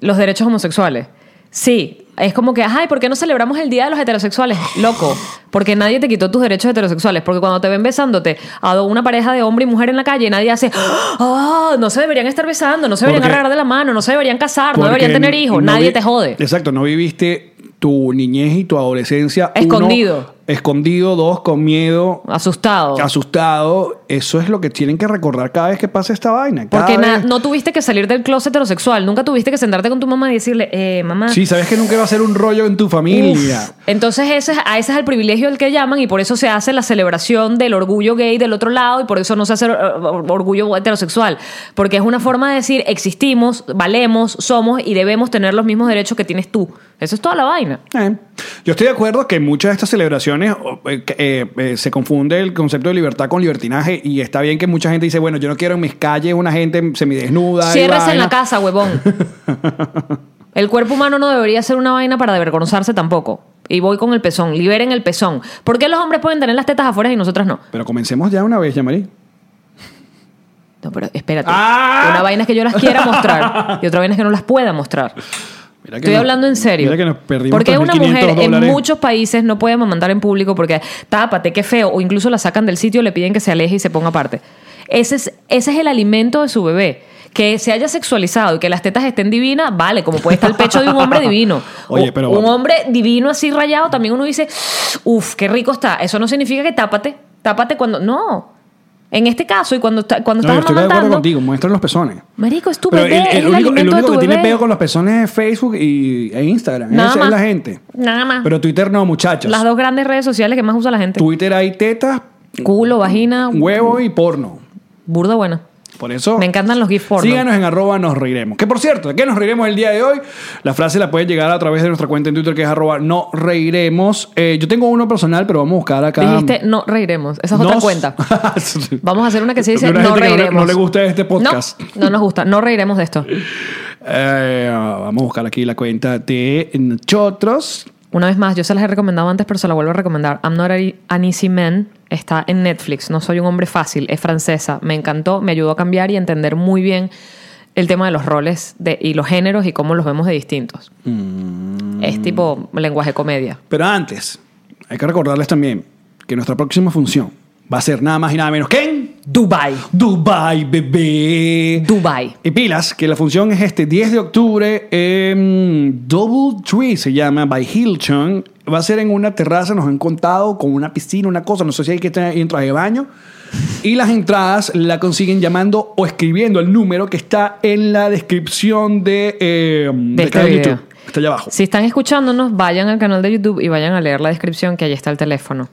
los derechos homosexuales. Sí, es como que, ay, ¿por qué no celebramos el Día de los Heterosexuales? Loco, porque nadie te quitó tus derechos heterosexuales. Porque cuando te ven besándote a do- una pareja de hombre y mujer en la calle, nadie hace, "Ah, no se deberían estar besando, no se deberían
Porque-
agarrar de la mano, no se deberían casar, no
Porque
deberían tener hijos,
no
nadie
vi-
te jode.
Exacto, no viviste tu niñez y tu adolescencia. uno,
Escondido. Oh.
escondido, dos, con miedo,
Asustado.
asustado. Eso es lo que tienen que recordar cada vez que pasa esta vaina. Cada
Porque na-
vez-
no tuviste que salir del closet heterosexual, nunca tuviste que sentarte con tu mamá y decirle, eh, mamá.
Sí, sabes que nunca va a ser un rollo en tu familia.
Uf. Entonces ese es- a ese es el privilegio del que llaman y por eso se hace la celebración del orgullo gay del otro lado y por eso no se hace eh, orgullo heterosexual. Porque es una forma de decir existimos, valemos, somos y debemos tener los mismos derechos que tienes tú. Eso es toda la vaina.
Eh, Yo estoy de acuerdo que muchas de estas celebraciones oh, eh, que, eh, eh, se confunde el concepto de libertad con libertinaje y está bien que mucha gente dice, bueno, yo no quiero en mis calles una gente semidesnuda. y
Ciérrese en
vaina.
la casa, huevón. El cuerpo humano no debería ser una vaina para avergonzarse tampoco. Y voy con el pezón, liberen el pezón. ¿Por qué los hombres pueden tener las tetas afuera y nosotras no?
Pero comencemos ya una vez, Yamari.
No, pero espérate.
¡Ah!
Una vaina es que yo las quiera mostrar y otra vaina es que no las pueda mostrar.
Mira que
Estoy
nos-
hablando en serio.
Mira que nos perdimos
Porque una
3.500
mujer
dólares.
en muchos países no puede mandar en público porque tápate, qué feo, o incluso la sacan del sitio, le piden que se aleje y se ponga aparte. Ese es, ese es el alimento de su bebé. Que se haya sexualizado y que las tetas estén divinas, vale, como puede estar el pecho de un hombre divino.
Oye,
O-
pero
un
vamos.
hombre divino así rayado, también uno dice, uff, qué rico está. Eso no significa que tápate, tápate cuando. No. En este caso, y cuando, está- cuando
No, yo
estás
estoy de acuerdo
amamantando,
contigo, muestran los pezones.
Marico, es tu
Pero
bebé,
el, el
es el
único, el
alimento de
único
tu
que tiene
bebé.
peo con los pezones es Facebook y, e Instagram.
Nada
Esa
más.
es la gente.
Nada más.
Pero Twitter no, muchachos.
Las dos grandes redes sociales que más usa la gente.
Twitter hay tetas,
Culo, vagina,
huevo y porno.
burda buena.
Por eso.
Me encantan los gif porno.
Síganos en arroba nos reiremos. Que por cierto, ¿de qué nos reiremos el día de hoy? La frase la pueden llegar a través de nuestra cuenta en Twitter que es arroba no reiremos. Eh, yo tengo uno personal, pero vamos a buscar acá.
Dijiste, no reiremos. Esa es otra
Nos-
cuenta. Vamos a hacer una que se dice,
Una
no
gente que no le-
reiremos.
no le gusta este podcast.
No, no nos gusta. No reiremos de esto.
Eh, vamos a buscar aquí la cuenta de nosotros.
Una vez más, yo se las he recomendado antes, pero se la vuelvo a recomendar. I'm not a- an easy man. Está en Netflix. No soy un hombre fácil. Es francesa. Me encantó. Me ayudó a cambiar y a entender muy bien el tema de los roles de, y los géneros y cómo los vemos de distintos.
Mm.
Es tipo lenguaje comedia.
Pero antes, hay que recordarles también que nuestra próxima función va a ser nada más y nada menos que en
Dubai.
Dubai, bebé.
Dubai.
Y pilas, que la función es este 10 de octubre, en Double Tree se llama, by Hilton. Va a ser en una terraza, nos han contado, con una piscina, una cosa, no sé si hay que tener en traje de baño. Y las entradas la consiguen llamando o escribiendo el número que está en la descripción de, eh, del
este
canal de
video.
YouTube. Está allá abajo.
Si están escuchándonos, vayan al canal de YouTube y vayan a leer la descripción que allí está el teléfono.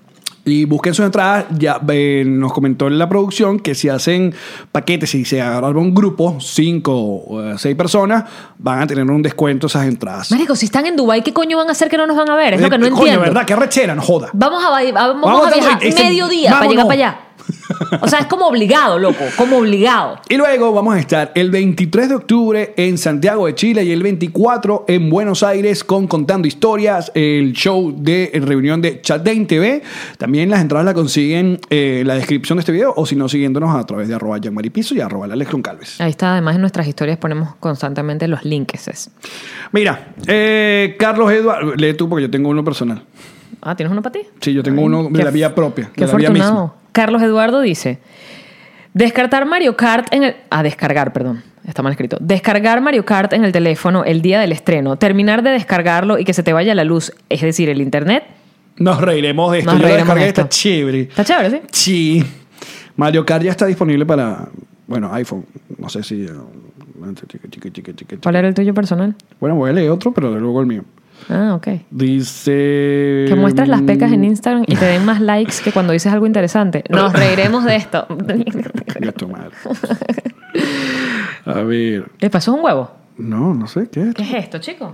Y busquen sus entradas. Ya eh, nos comentó en la producción que si hacen paquetes, si se agarran un grupo, cinco o eh, seis personas, van a tener un descuento esas entradas.
Marico, si están en Dubai, ¿qué coño van a hacer que no nos van a ver? Es lo que no
Eh, coño,
entiendo.
¿verdad? Qué rechera, no joda.
Vamos a, va- vamos
Vamos
a
a-
viajar
ese-
mediodía para
vámonos.
llegar para allá. O sea, es como obligado, loco. Como obligado.
Y luego vamos a estar el 23 de octubre en Santiago de Chile y el 24 en Buenos Aires con Contando Historias, el show de reunión de Chatdane TV. También las entradas las consiguen eh, en la descripción de este video o si no, siguiéndonos a través de arroba Piso y arroba Alex Goncalves.
Ahí está, además en nuestras historias ponemos constantemente los links.
Mira, eh, Carlos Eduardo, lee tú porque yo tengo uno personal.
Ah, ¿tienes uno para ti?
Sí, yo tengo uno de
Qué
la vía
af-
propia,
Qué
de la vía misma.
afortunado. Carlos Eduardo dice: Descartar Mario Kart en el. Ah, descargar, perdón. Está mal escrito. Descargar Mario Kart en el teléfono el día del estreno. Terminar de descargarlo y que se te vaya la luz, es decir, el internet.
Nos reiremos de esto.
Nos
Yo lo
reiremos
descargué,
de esto.
está chévere.
Está chévere, ¿sí?
Sí. Mario Kart ya está disponible para, bueno, iPhone. No sé si... eh, chiqui, chiqui, chiqui, chiqui, chiqui.
¿Cuál era el tuyo personal?
Bueno, voy a leer otro, pero luego el mío.
Ah, ok.
Dice...
Que muestras las pecas en
mm,
Instagram y te den más likes que cuando dices algo interesante. Nos reiremos de esto.
coño, tu madre. A ver...
¿Le pasó un huevo?
No, no sé qué es.
¿Qué es esto, chico?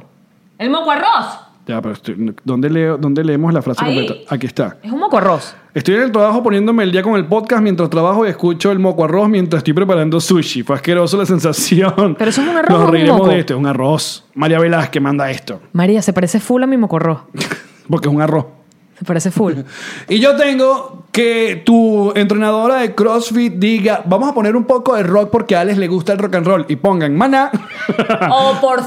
¡El moco arroz!
Ya, pero estoy- ¿dónde, leo, ¿dónde leemos la frase
Ahí.
completa? Aquí está.
Es un moco arroz.
Estoy en el trabajo poniéndome el día con el podcast mientras trabajo y escucho el moco arroz mientras estoy preparando sushi. Fue asqueroso la sensación.
¿Pero eso es un arroz o
Nos
un
reiremos
moco?
de esto. Es un arroz. María Velázquez manda esto.
María, se parece full a mi moco arroz.
Porque es un arroz.
Se parece full.
Y yo tengo que tu entrenadora de CrossFit diga, vamos a poner un poco de rock porque a Alex le gusta el rock and roll. Y pongan, maná,
¡Oh, por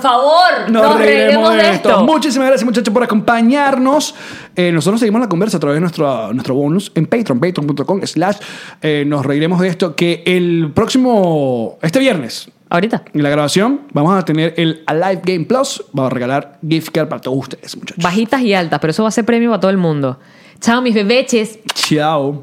favor!
nos reiremos de esto. Muchísimas gracias muchachos por acompañarnos. Eh, nosotros seguimos la conversa a través de nuestro, nuestro bonus en Patreon, patreon.com slash eh, nos reiremos de esto que el próximo, este viernes,
Ahorita.
en la grabación, vamos a tener el Alive Game Plus. Vamos a regalar gift card para todos ustedes muchachos.
Bajitas y altas, pero eso va a ser premio para todo el mundo. Chao, mis bebeches.
Chao.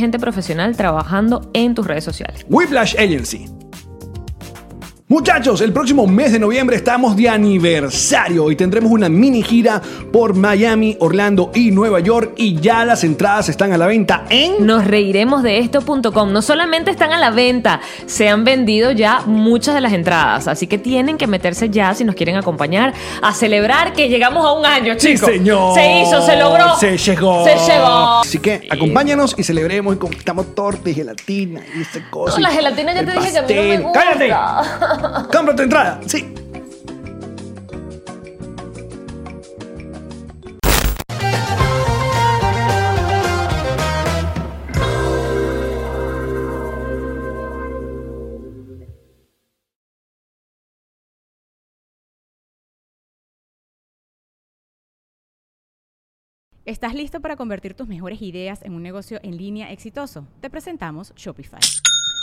gente profesional trabajando en tus redes sociales.
Whiplash Agency. Muchachos, el próximo mes de noviembre estamos de aniversario y tendremos una mini gira por Miami, Orlando y Nueva York y ya las entradas están a la venta en...
Nos reiremos de esto.com. No solamente están a la venta, se han vendido ya muchas de las entradas. Así que tienen que meterse ya si nos quieren acompañar a celebrar que llegamos a un año,
Sí,
chicos.
señor.
Se hizo, se logró.
Se llegó.
Se llegó.
Así que acompáñanos y celebremos y conquistamos torta y gelatina y esa cosa.
No, la gelatina ya
El
te dije que a mí no
pastel.
me gusta.
¡Cállate! ¡Compra tu entrada! Sí.
¿Estás listo para convertir tus mejores ideas en un negocio en línea exitoso? Te presentamos Shopify.